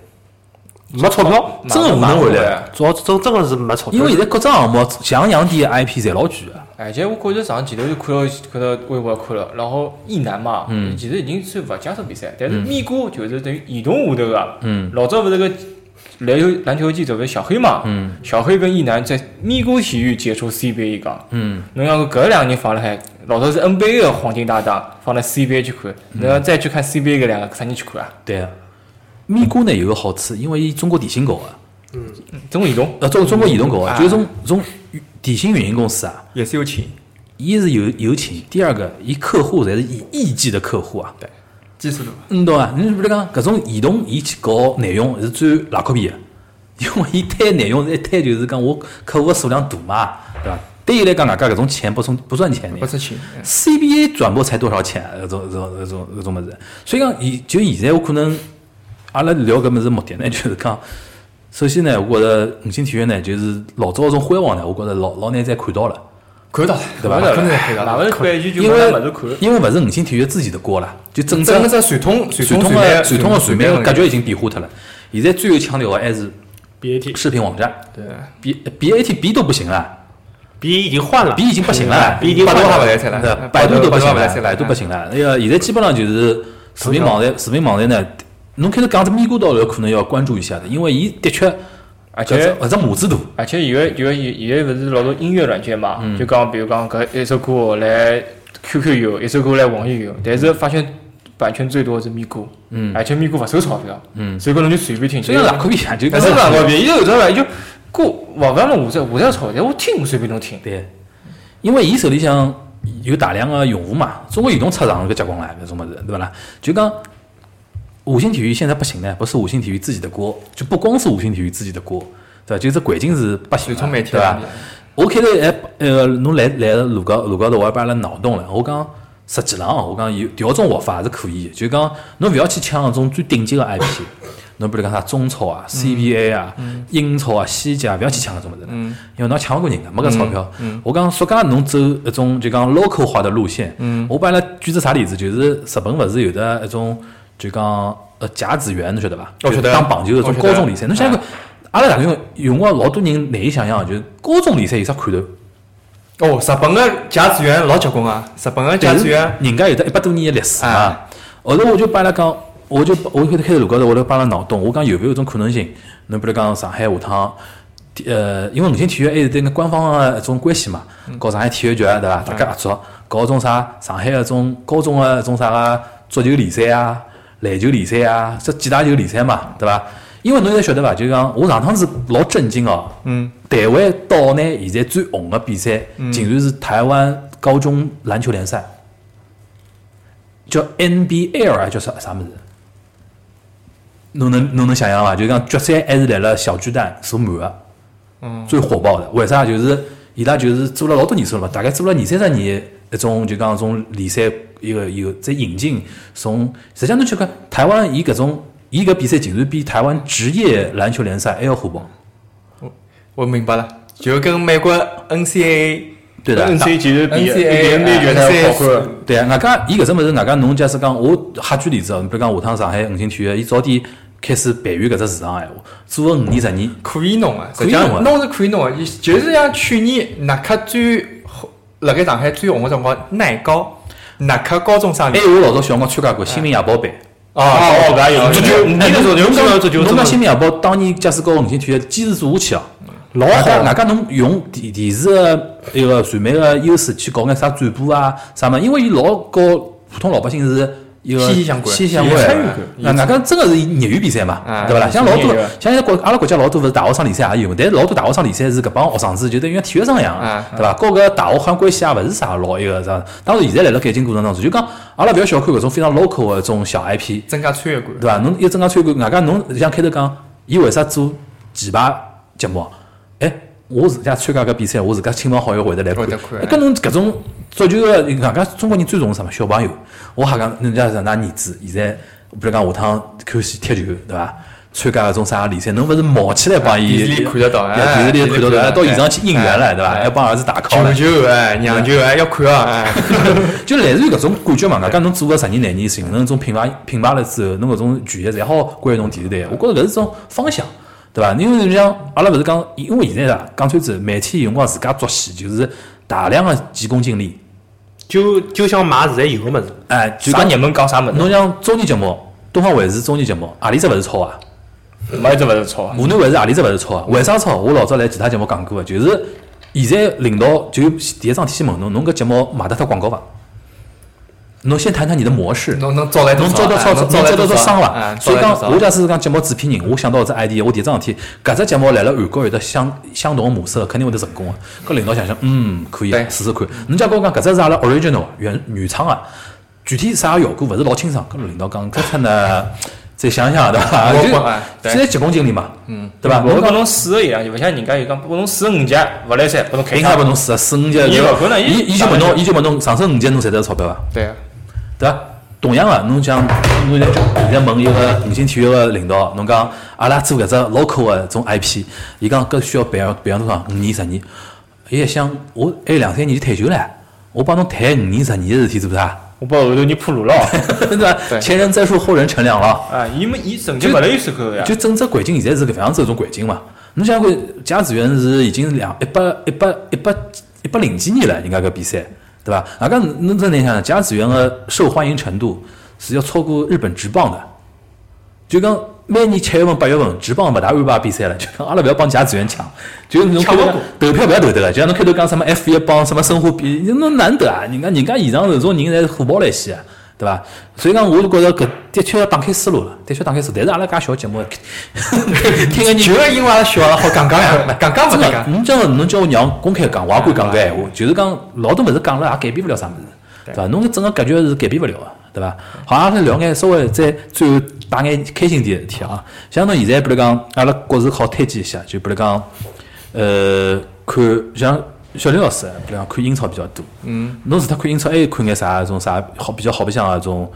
Speaker 4: 没钞票，
Speaker 2: 真的无能为力。
Speaker 4: 主要真真的是没钞票。
Speaker 2: 因为现在各只项目像样点的 IP 侪老贵个，
Speaker 5: 而哎且我觉着上前头就看到看到微博看了，然后意男嘛，其实已经算勿接受比赛，但是咪哥就是等于移动下头个，老早勿是个篮球篮球记者勿是小黑嘛，小黑跟意男在咪哥体育接触 CBA 个，侬要是搿两个人放辣海，老早是 NBA 个黄金搭档，放辣 CBA 去看，侬要再去看 CBA 搿两个，啥人去看啊？
Speaker 2: 对个。咪咕呢有个好处，因为伊中国电信搞个，
Speaker 5: 中国移动
Speaker 2: 啊呃，中中国移动搞个，就是从从电信运营公司啊，
Speaker 3: 也是有钱，
Speaker 2: 一是有有钱，第二个伊客户侪是以亿级的客户啊，
Speaker 3: 技术路。
Speaker 2: 你懂伐？你比如讲搿种移动，伊去搞内容是最拉靠皮个， 因为伊推内容是一推就是讲我客户个数量大嘛，对伐？对伊来讲，外加搿种钱不从不赚钱的，
Speaker 3: 不出钱，嗯
Speaker 2: CBA 转播才多少钱啊？搿种搿种搿种搿种物事，所以讲，以就现在我可能阿拉聊搿物事目的呢，就是讲，首先呢，我觉着五星体育呢，就是老早搿种辉煌呢，我觉着老老难再看到了，
Speaker 3: 看到了，
Speaker 2: 对吧
Speaker 5: 勿
Speaker 3: 看到了，看到
Speaker 5: 哪
Speaker 3: 了。
Speaker 5: 会半句就
Speaker 2: 因
Speaker 5: 没
Speaker 2: 为
Speaker 5: 啥物事看？
Speaker 2: 因为勿是五星体育自己的锅啦，就啊整
Speaker 3: 整个
Speaker 2: 个
Speaker 3: 只传统
Speaker 2: 传
Speaker 3: 传
Speaker 2: 统
Speaker 3: 统
Speaker 2: 的
Speaker 3: 的
Speaker 2: 传统的传媒的格局已经变化脱了，现在最有腔调的还是
Speaker 4: BAT
Speaker 2: 视频网站
Speaker 3: 对，
Speaker 2: ，B B A T B 都不行了。
Speaker 4: B 已经换了，
Speaker 2: B 已经不行了，
Speaker 4: B 已经
Speaker 3: 百度
Speaker 4: 换
Speaker 3: 还
Speaker 4: 了
Speaker 3: 勿。来塞
Speaker 2: 对
Speaker 3: 了，
Speaker 2: 百度都
Speaker 3: 不
Speaker 2: 不行
Speaker 3: 来
Speaker 2: 了
Speaker 3: 塞，了，
Speaker 2: 百度不行了。那个现在基本上就是视频网站，视频网站呢，侬开始讲只咪咕到头可能要关注一下的，因为伊的确
Speaker 5: 而
Speaker 2: 搿只
Speaker 5: 且
Speaker 2: 搿只码子大，
Speaker 5: 而且现在现在现在勿是老多音乐软件嘛，就讲比如讲搿一首歌来 QQ 有，一首歌来网易有，但是发现版权最多的是咪咕，嗯，而且咪咕勿收钞票，嗯，所以讲侬就随便听，
Speaker 2: 所以讲哪可以啊，就
Speaker 3: 但是
Speaker 2: 讲
Speaker 3: 哪个别，伊有种了，伊就
Speaker 5: 歌勿勿要弄下载，下载钞票，我听我随便侬听。
Speaker 2: 对，因为伊手里向有大量的用户嘛，中国移动出场搿结棍了，搿种物事，对勿啦？就讲五星体育现在不行呢，不是五星体育自己的锅，就不光是五星体育自己的锅，对伐？就是环境是不行
Speaker 3: 传
Speaker 2: 的，
Speaker 3: 统媒体
Speaker 2: 对伐
Speaker 3: 啊？
Speaker 2: 我开头还呃，侬来来路高路高头，我还帮阿拉脑洞了。我讲实际浪，我讲有调种活法是可以的，就讲侬勿要去抢搿种最顶级的 IP，侬 比如讲啥中超
Speaker 3: 嗯
Speaker 2: 啊、CBA 啊、英超啊、西甲，勿要去抢搿种物事了，
Speaker 3: 嗯
Speaker 2: 因为侬抢勿过人家，没搿钞票。我讲说讲侬走一种就讲 local 化的路线，
Speaker 3: 嗯
Speaker 2: 我帮阿拉举只啥例子，就是日本勿是有的一种就讲呃甲子园，侬晓得伐？
Speaker 3: 哦我晓得
Speaker 2: 就打棒球的
Speaker 3: 我
Speaker 2: 种
Speaker 3: 晓
Speaker 2: 高
Speaker 3: 得
Speaker 2: 中联赛，侬想想看，阿拉大概有辰光老多人难以想象，就是高中联赛有啥看头？
Speaker 3: 哦，日本个甲子园老结棍啊！日本个甲
Speaker 2: 但
Speaker 3: 子
Speaker 2: 是
Speaker 3: 园，
Speaker 2: 人家有得一百多年的历史嘛
Speaker 3: 啊。
Speaker 2: 后头我就帮拉讲，我就我就开头路高头，我就帮拉脑洞，我讲有没有一种可能性？侬比如讲上海下趟，呃，因为五星体育还有得跟官方的一种关系嘛，搞上海体育局啊对伐？大家合作搞一种啥上海一种高中的一种啥个足球联赛啊、篮球联赛啊，这几大球联赛嘛，对伐？因为侬现在晓得伐？就讲我上趟子老震惊哦，嗯，台湾岛呢现在最红的比赛，竟然是台湾高中篮球联赛。叫 NBL 啊，叫啥啥物事？侬能侬能想象伐？就讲决赛还是来了小巨蛋所满的，最火爆的。为啥？就是伊拉就是做了老多年数了嘛，大概做了二三十年一种就讲种联赛一个有在引进从，实际上侬去看台湾伊搿种伊搿比赛竟然比台湾职业篮球联赛还要火爆。
Speaker 3: 我明白了，就跟美国 NCAA
Speaker 2: 对的
Speaker 3: NCAA
Speaker 5: 其实比
Speaker 2: 哎
Speaker 3: NCAA
Speaker 5: 比 NBA 觉得好看
Speaker 3: 啊
Speaker 2: 对啊，外加伊搿只物事，外加侬假使讲，我瞎举例子哦，比如讲下趟上海五星体育，伊早点开始培育搿只市场闲话，做个五年十年，
Speaker 3: 可以弄啊，
Speaker 2: 可
Speaker 3: 实
Speaker 2: 以
Speaker 3: 际
Speaker 2: 弄啊
Speaker 3: 上弄是可以弄啊，就是像去年耐克最红辣盖上海最红个辰光，耐高耐克高中生
Speaker 2: 还
Speaker 3: 联
Speaker 2: 哎有我老早小辰光参加过新民夜报版。
Speaker 3: 啊，
Speaker 5: 哦，搿也有
Speaker 3: 足球
Speaker 5: 你
Speaker 2: 哎
Speaker 5: 那时候
Speaker 2: 侬
Speaker 5: 侬
Speaker 2: 讲
Speaker 5: 讲足球，
Speaker 2: 侬讲新民夜报当年假使搞五星体育坚持做下去哦，
Speaker 4: 老
Speaker 2: 外加
Speaker 4: 好
Speaker 2: 外加侬用电电视个一个传媒个优势去搞眼啥转播啊啥么，因为伊老高普通老百姓是一个
Speaker 3: 息息相关
Speaker 2: 息息相
Speaker 3: 有
Speaker 2: 关
Speaker 3: 参与感。
Speaker 2: 那外加真个是业余比赛嘛，
Speaker 3: 啊
Speaker 2: 对伐啦？像老
Speaker 5: 业
Speaker 2: 多
Speaker 5: 余
Speaker 2: 像现在国阿拉国家老多勿是大学生联赛也有嘛，但是老多大学生联赛是搿帮学生子就等于像体育生一样
Speaker 3: 啊，
Speaker 2: 对伐？和搿大学好像关系也勿是啥老一个啥。当然现在辣辣改进过程当中，就讲阿拉勿要小看搿种非常 local 个种小 IP。
Speaker 3: 增加穿越感。
Speaker 2: 对伐？侬一增加参观，外加侬像开头讲，伊为啥做棋牌节目？哎，我自家参加搿比赛，我自家亲朋好友会得来看
Speaker 3: 会得看。
Speaker 2: 哎跟侬搿种足球个，外加中国人最重视什么？小朋友。我瞎讲，人家是㑚儿子现在，比如讲下趟看戏踢球，对伐？参加搿种啥联赛，侬勿是冒起来帮伊？
Speaker 3: 啊电视里看得到哎
Speaker 2: 电视里看得到，
Speaker 3: 哎
Speaker 2: 到现场去应援了，对伐？
Speaker 3: 哎
Speaker 2: 还帮儿子打 call 了
Speaker 3: 球。球哎，酿酒哎，要看啊哎。
Speaker 2: 就类似于搿种感觉嘛，外加侬做个十年廿年，形成一种品牌品牌了之后，侬搿种权益侪好归于侬电视台。我觉着搿是种方向，对伐？因为你像阿拉勿是讲，因为现在啊，讲穿子媒体有辰光自家作戏，就是大量的急功近利，
Speaker 4: 就就想买现在有个物事，
Speaker 2: 哎，就
Speaker 5: 啥
Speaker 2: 讲
Speaker 5: 热门讲啥物事，
Speaker 2: 侬像综艺节目，东方卫视综艺节目，何里只勿是抄啊？
Speaker 5: 没一只勿是吵啊。
Speaker 2: 湖南卫视何里只勿是抄啊？为啥抄？我老早来其他节目讲过个，啊就是现在领导就第一桩事体先问侬，侬搿节目卖得脱广告伐？侬先谈谈你的模式，
Speaker 3: 侬能招来多
Speaker 2: 侬
Speaker 3: 少？
Speaker 2: 招到
Speaker 3: 哎
Speaker 2: 超，侬
Speaker 3: 招来
Speaker 2: 招到
Speaker 3: 多
Speaker 2: 招
Speaker 3: 少
Speaker 2: 伤
Speaker 3: 哎
Speaker 2: 了。所以
Speaker 3: 招来
Speaker 2: 讲
Speaker 3: 多，少
Speaker 2: 我假使讲节目制片人，我想到只 idea，我第一桩事体，搿只节目来了韩国有得相相同的模式，肯定会得成功个。搿领导想想，嗯，可以
Speaker 3: 对
Speaker 2: 试试看。侬假跟我讲，搿只是阿拉 original 原原创啊，具体啥效果勿是老清爽。搿领导讲，搿出呢，再想想对伐？
Speaker 3: 我
Speaker 2: 就
Speaker 3: 管哎对
Speaker 2: 现在急功近利嘛，嗯，对伐？
Speaker 5: 我
Speaker 2: 侬
Speaker 5: 跟
Speaker 2: 讲
Speaker 5: 侬试个一样，就勿像人家有讲，拨侬试五级勿来三，拨侬开
Speaker 2: 应
Speaker 5: 枪
Speaker 2: 该拨。侬试啊，四五级，
Speaker 5: 伊勿可能伊
Speaker 2: 伊伊就问侬，伊就问侬，上升五级侬赚得到钞票伐？
Speaker 3: 对啊，
Speaker 2: 对伐？同样个，侬像侬现在现在问一个五星体育个领导，侬讲阿拉做搿只 local 个种 IP，伊讲搿需要培养培养多少五年十年，伊一想我还有两三年就退休了，我帮侬谈五年十年个事体做啥？
Speaker 5: 我拨后头人铺路了。
Speaker 2: 啊 对伐？
Speaker 3: 对
Speaker 2: 前人栽树，后人乘凉了。
Speaker 5: 啊，伊没伊成绩勿来有收口个呀。
Speaker 2: 就整只环境现在是搿样子一种环境嘛。侬想想看，甲子园是已经两一百一百一百一百零几年了，人家搿比赛，对伐？啊，搿侬真能想想，甲子园个受欢迎程度是要超过日本职棒的。就讲每年七月份、八月份，职棒勿大安排比赛了，就讲阿拉勿要帮甲子园抢，就是侬开头
Speaker 5: 抢勿过
Speaker 2: 投票勿要投得了，就像侬开头讲什么 F 一帮什么申花比，侬难得啊！人家人家现场这种人侪火爆来西啊，对伐？所以讲，我是觉着搿的确要打开思路了，的确打开思路。但是阿拉介小节目， 听个人
Speaker 3: 就是因为阿拉小，阿拉好讲讲呀，讲讲勿
Speaker 2: 哎真的，侬
Speaker 3: 能讲。
Speaker 2: 叫我侬叫我让公开讲，我也敢讲搿闲话，就是讲老多物事讲了也改变勿了啥物事，对伐？侬搿整个格局是改变勿了个，对伐？好，阿拉聊眼稍微再最后带眼开心点的事体啊，像侬现在比如讲，阿拉各自好推荐一下，就比如讲，呃，看像小林老师，比如讲看英超比较多，嗯，侬除脱看英超，还有看眼啥种啥好比较好白相啊种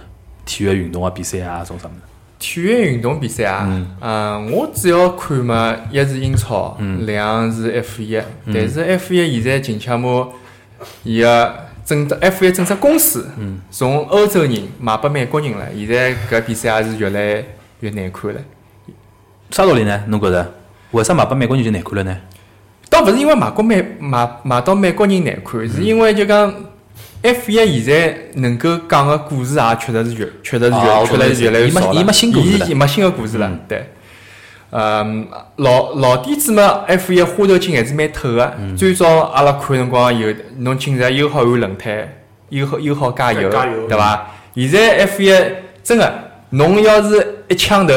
Speaker 2: 体育运动啊比赛啊种啥物事？
Speaker 3: 体育运动比赛啊，嗯，我主要看嘛，一是英超，
Speaker 2: 嗯
Speaker 3: 两是 F 一，但是 F 一现在近腔嘛，伊个整只 F 一整只公司，
Speaker 2: 嗯
Speaker 3: 从欧洲人买拨美国人了，现在搿比赛也是越来越难看了。
Speaker 2: 啥道理呢？侬觉着为啥买拨美国人就难看了呢？
Speaker 3: 倒勿是因为外国美买买到美国人难看，是因为就讲 F 一现在能够讲个故事也确实是越确实是
Speaker 2: 啊我
Speaker 3: 越
Speaker 2: 懂
Speaker 3: 确实是越来越
Speaker 2: 伊没
Speaker 3: 少了。
Speaker 2: 伊没新故事了
Speaker 3: 伊伊没新个故事了，对。嗯，老老底子嘛，F 一花头精还是蛮透个。最早阿拉看辰光有，侬竟然又好有轮胎，又好又好加油，
Speaker 4: 加油
Speaker 3: 对伐？现在 F 一真个，侬要是一枪头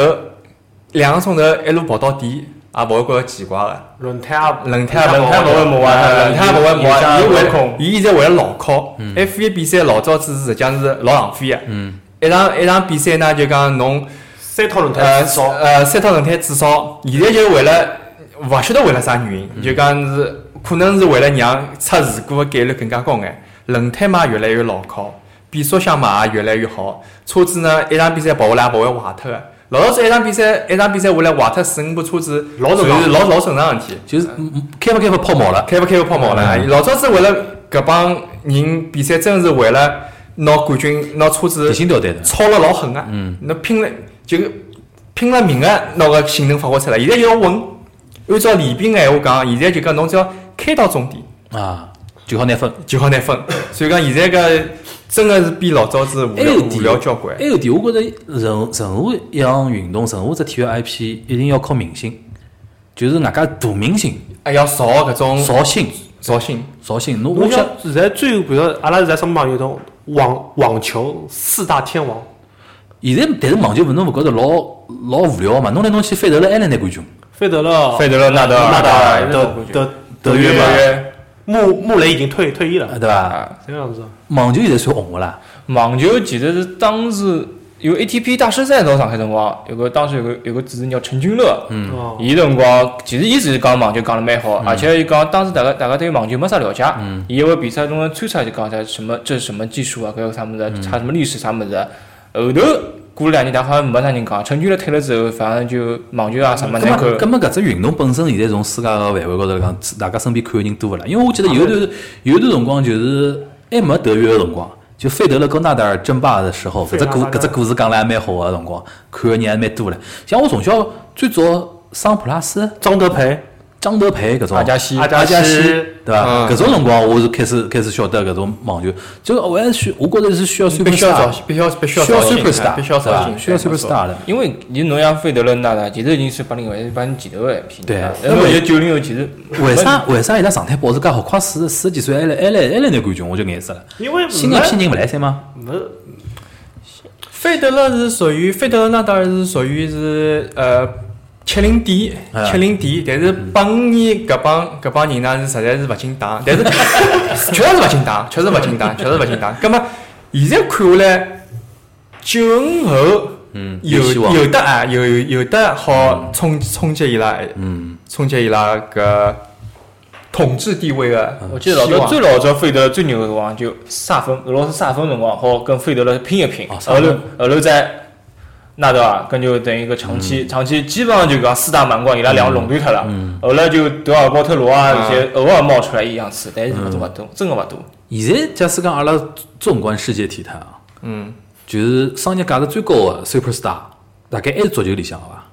Speaker 3: 两个钟头一路跑到底，也勿会觉着奇怪个。
Speaker 4: 轮胎啊，
Speaker 3: 轮胎
Speaker 4: 轮胎
Speaker 3: 勿
Speaker 4: 不会磨啊，
Speaker 3: 轮胎勿会磨啊，伊
Speaker 4: 伊
Speaker 3: 为
Speaker 4: 会空。
Speaker 3: 伊现在为了牢靠。F
Speaker 4: 嗯
Speaker 3: 一比赛老早子是实际上是老浪费个，啊一场一场比赛呢就讲侬
Speaker 4: 三套轮胎
Speaker 3: 呃
Speaker 4: 至少
Speaker 3: 呃三套轮胎至少，现在就为了勿晓得为了啥原
Speaker 4: 嗯
Speaker 3: 因，就讲是可能是为了让出事故个概率更加高眼，轮胎嘛越来越牢靠，变速箱嘛也越来越好，车子呢一场比赛跑下来也勿会坏脱个。老早子一场比赛，一场比赛下来坏脱四五部车子，
Speaker 4: 老正常
Speaker 3: 是老老正常个事体。
Speaker 2: 就是嗯嗯开勿开勿泡沫了。
Speaker 3: 开勿开个泡沫了。老早子为了搿帮人比赛，真是为了拿冠军、拿车子
Speaker 2: 提心吊胆的
Speaker 3: 操了老狠个，侬拼了就拼了命个拿个性能发挥出来。现在就要稳，按照李斌个闲话讲，现在就讲侬只要开到终点
Speaker 2: 啊，就好拿分。
Speaker 3: 就好拿分。所以讲现在搿真个是比老早子无
Speaker 2: 还
Speaker 3: 聊
Speaker 2: 有
Speaker 3: 无
Speaker 2: 点，
Speaker 3: 聊交关
Speaker 2: 还。有哎点，我觉着任任何一项运动，任何只体育 IP，一定要靠明星，就是外加大明星，
Speaker 3: 还哎要造搿种
Speaker 2: 绍兴，
Speaker 3: 造型，
Speaker 2: 绍兴。嗯侬
Speaker 4: 我
Speaker 2: 我
Speaker 4: 想
Speaker 2: 想，
Speaker 4: 现在最比如说阿拉现在什么网游种网网球四大天王，
Speaker 2: 现在但是网球运动勿觉着老老无聊嘛，弄来弄去，费德勒还能拿冠军。
Speaker 4: 费德勒、
Speaker 3: 费德勒、纳德尔、
Speaker 4: 纳达尔、
Speaker 5: 德
Speaker 4: 德德
Speaker 3: 德
Speaker 4: 约
Speaker 3: 约
Speaker 4: 嘛，
Speaker 3: 嘛，
Speaker 4: 穆穆雷已经退退役
Speaker 2: 啊，
Speaker 4: 了，
Speaker 2: 对伐？
Speaker 4: 这样子。
Speaker 2: 网球现在算红个啦，
Speaker 5: 网球其实是当时有 ATP 大师赛到上海辰光，有个当时有个有个主持人叫陈君乐，嗯，
Speaker 4: 哦，
Speaker 5: 伊辰光其实伊只是讲网球讲得蛮好，而且伊讲当时大家大家对网球没啥了解，伊还会比赛中间穿插就讲啥什么这是什么技术啊，搿个啥物事啊，查什么历史啥物事啊，后头过了两年，但好像没啥人讲，陈俊乐退了之后，反正就网球啊啥么
Speaker 2: 咁
Speaker 5: 子
Speaker 2: 么
Speaker 5: 看
Speaker 2: 咁。么搿只运动本身现在从世界个范围高头来讲，大家身边看个人多勿啦？因为我记得有一段有一段辰光就是还没德约个辰光，就费德勒跟纳达尔争霸的时候，搿只故
Speaker 4: 费德勒
Speaker 2: 搿只故事讲了还蛮好个辰光，看个人还蛮多唻。像我从小最早桑普拉斯、
Speaker 4: 张德培、
Speaker 2: 张德培搿种，
Speaker 5: 阿加西
Speaker 4: 阿
Speaker 2: 阿
Speaker 4: 加
Speaker 2: 加西，
Speaker 4: 西
Speaker 2: 对伐？
Speaker 3: 嗯
Speaker 2: 搿种辰光我是开始开始晓得搿种网球，就是我还是需我觉着是需要
Speaker 3: 必须
Speaker 2: superstar，
Speaker 3: 要造，必须要必须要
Speaker 2: 需要
Speaker 3: 造型啊
Speaker 2: superstar，
Speaker 3: 必须要
Speaker 2: 对
Speaker 3: 造
Speaker 2: 伐
Speaker 3: 型，
Speaker 2: 需要
Speaker 3: 对没错
Speaker 2: superstar 的。
Speaker 5: 因为你侬像费德勒那的，其实已经是八零后还是八零前头的一批人了。啊
Speaker 2: 对
Speaker 3: 呃
Speaker 5: 然后就九零后其实
Speaker 2: 为啥为啥伊拉状态保持介好？快四十几岁还来还来还来拿冠军，我就眼塞了。
Speaker 4: 因为
Speaker 2: 新
Speaker 4: 没
Speaker 2: 一批人勿来三吗？
Speaker 4: 没
Speaker 3: 费德勒是属于费德勒，那当然是属于是呃七零点
Speaker 2: 哎
Speaker 3: 七零点，但是八五年搿帮搿帮人呢是实在是勿进打，但是确实是勿进打，确实勿进打，确实勿进打。葛么现在看下来，九五后
Speaker 2: 嗯
Speaker 3: 有
Speaker 2: 有希望
Speaker 3: 有的啊，有有有的好冲冲击伊拉，
Speaker 2: 嗯，
Speaker 3: 冲击伊拉搿统治地位个嗯希望。
Speaker 5: 我记得老早最老早费德勒最牛的辰光就萨芬，俄罗斯萨芬辰光，好跟费德勒拼一拼，
Speaker 2: 哦
Speaker 5: 后
Speaker 2: 萨芬
Speaker 5: 头后头在纳德尔跟就等于一个长期长期基本上就讲四大满贯伊拉两个垄断脱了，后来就德尔波特罗啊
Speaker 3: 啊
Speaker 5: 这些偶尔冒出来一两次，但是勿多勿多，真个勿多。
Speaker 2: 现在假使讲阿拉纵观世界体坛啊，
Speaker 3: 嗯，
Speaker 2: 就是商业价值最高的 superstar，大概还是足球里向个伐？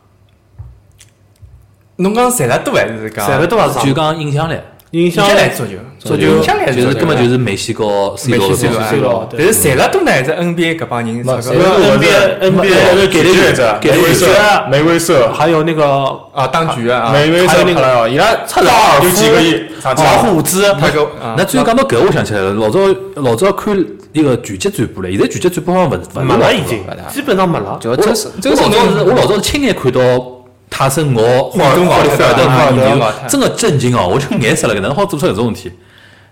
Speaker 3: 侬讲赚得多还是讲
Speaker 4: 赚得多少少
Speaker 2: 就，讲影响力，
Speaker 4: 影响
Speaker 3: 影响来足球？
Speaker 2: 足球
Speaker 3: 影响力
Speaker 2: 就是根本就是梅西和 C 罗
Speaker 3: 没
Speaker 2: 的
Speaker 3: 去
Speaker 2: 作用
Speaker 3: 追了，
Speaker 4: 是的
Speaker 3: 啊
Speaker 4: 对
Speaker 3: 但是赚了多呢，还是 NBA 搿帮人，
Speaker 5: 没
Speaker 3: 差不
Speaker 5: 赚
Speaker 3: 多
Speaker 5: 了
Speaker 4: NBA NBA
Speaker 5: 给力者，
Speaker 2: 给力者
Speaker 5: 梅威瑟，
Speaker 4: 还有那个
Speaker 3: 啊，当局啊，
Speaker 5: 梅威
Speaker 4: 还
Speaker 5: 瑟
Speaker 4: 有那个
Speaker 5: 克莱尔，伊拉达尔有几个亿，啊
Speaker 2: 老虎伍兹，
Speaker 3: 他个啊
Speaker 2: 那最后讲到搿，我想起来了，老早老早看那个拳击转播了，现在拳击转播好像勿勿
Speaker 4: 没
Speaker 2: 老
Speaker 4: 了
Speaker 2: 多
Speaker 4: 已经
Speaker 5: 勿大，
Speaker 4: 基本上没了。
Speaker 5: 就
Speaker 2: 我
Speaker 5: 这
Speaker 2: 老
Speaker 5: 是
Speaker 2: 我
Speaker 5: 这是
Speaker 2: 老早是
Speaker 5: 侬
Speaker 2: 我老早是亲眼看到泰森咬霍尔
Speaker 3: 运动
Speaker 2: 霍利
Speaker 3: 奥
Speaker 2: 菲尔德
Speaker 3: 特
Speaker 2: 打
Speaker 3: 曼
Speaker 2: 牛
Speaker 3: 运动
Speaker 5: 奥特，曼
Speaker 2: 真个震惊哦！我就眼涩了，搿能好做出搿种事体。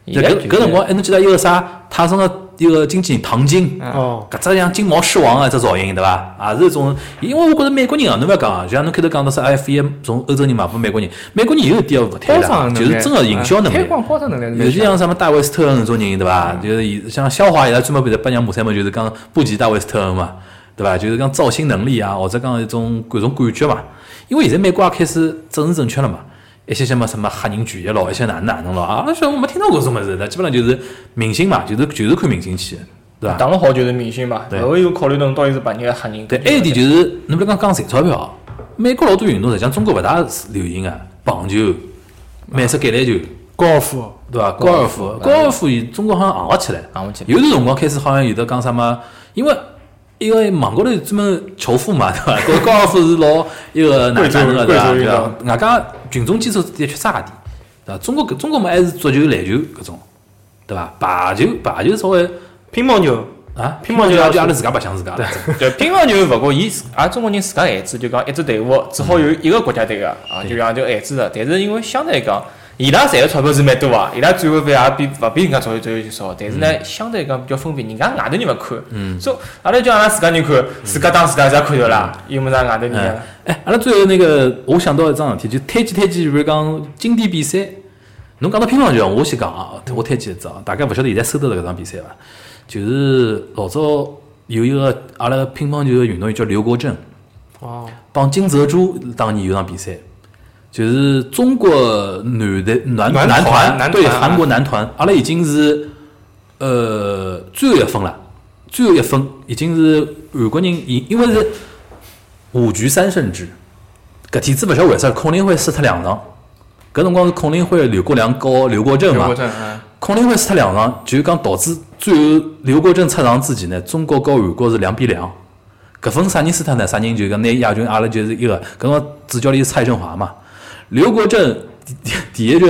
Speaker 5: 现在
Speaker 2: 搿搿辰光，还能记得一个啥？泰森个一个经纪人唐晶，
Speaker 4: 哦，
Speaker 2: 搿只像金毛狮王个一只造型，对伐？也是一种，因为我觉着美国人啊，侬勿要讲啊，就像侬开头讲到啥 F 一从欧洲人买拨美国人，美国人有一点勿推
Speaker 3: 包
Speaker 2: 啦，
Speaker 3: 装
Speaker 2: 就是真个营销能
Speaker 3: 啊推
Speaker 2: 力。
Speaker 3: 广包装能力，
Speaker 2: 尤其像什么大卫斯特恩搿种人，对伐？就是以像肖华伊拉专门被他颁奖比赛嘛，就是讲布吉大卫斯特恩嘛，对伐？就是讲造型能力啊，或者讲一种各种感觉嘛。因为现在美国也开始政治正确了嘛，一些什么什么黑人权益咯，一些哪能哪能咯啊，那些我没听到过这种物事，那基本上就是明星嘛，就是就是看明星去，对伐？
Speaker 5: 打了好就是明星嘛，
Speaker 2: 对
Speaker 5: 勿会有考虑到侬到底是白人还是黑人。
Speaker 2: 对，还有一点就是，侬不要讲讲赚钞票啊，美国老多运动实际上中国勿大流行啊，棒球、美式橄榄球。
Speaker 4: 高尔夫，
Speaker 2: 对伐？高尔夫，
Speaker 4: 嗯
Speaker 2: 高尔夫，伊中国好像行勿起来，
Speaker 5: 行勿起来
Speaker 2: 有段辰光开始好像有的讲什么，因为因为网高头专门仇富嘛，对伐？ 高高尔夫是老一个哪
Speaker 4: 贵族
Speaker 2: 哪能个对伐？
Speaker 4: 贵族
Speaker 2: 对
Speaker 4: 运
Speaker 2: 伐
Speaker 4: 动？
Speaker 2: 外加群众基础的确差点，对伐？中国搿中国嘛还是足球、篮球搿种，对伐？排球排球稍微
Speaker 4: 乒乓球，
Speaker 2: 啊，
Speaker 4: 乒乓球
Speaker 2: 也
Speaker 4: 也
Speaker 2: 就阿拉
Speaker 4: 是
Speaker 2: 自家白相自家了。
Speaker 5: 对，乒乓球勿过伊自，阿中国人自家限制，就讲一支队伍只好有一个国家队个啊，
Speaker 2: 嗯
Speaker 5: 就讲就限制了。但是因为相对来讲，伊拉赚的钞票是蛮多啊，伊拉转会费也比勿比人家足球足球少，但是
Speaker 2: 嗯
Speaker 5: 呢，相对来讲比较封闭，人家外头人勿看，嗯，所以阿拉就阿拉自家人看，自家当自家只看到啦，又没啥外头人
Speaker 2: 嗯
Speaker 5: 啊。，
Speaker 2: 哎，阿拉最后那个，我想到一桩事体，就推荐推荐，比如讲经典比赛。侬讲到乒乓球，我先讲啊，我推荐一桩，大家勿晓得现在收得到搿场比赛伐？就是老早有一个阿拉乒乓球的运动员叫刘国正，
Speaker 4: 哦，
Speaker 2: 帮金泽洙当年有场比赛，就是中国男的男
Speaker 3: 男
Speaker 2: 男
Speaker 3: 团男团
Speaker 2: 对
Speaker 3: 啊
Speaker 2: 韩国男团，阿拉已经是呃最后一分了，最后一分已经是韩国人赢，因为是五局三胜制。搿天子勿晓得为啥孔令辉输脱两场，搿辰光是孔令辉、刘国梁和刘国正
Speaker 3: 刘
Speaker 2: 嘛
Speaker 3: 国，正，嗯
Speaker 2: 孔令辉输脱两场，就是讲导致最后刘国正出场之前呢，中国和韩国是两比两。搿分啥人输脱呢？啥人就讲拿亚军，阿拉就是一个。搿个主教练是蔡振华嘛。刘国正第第一局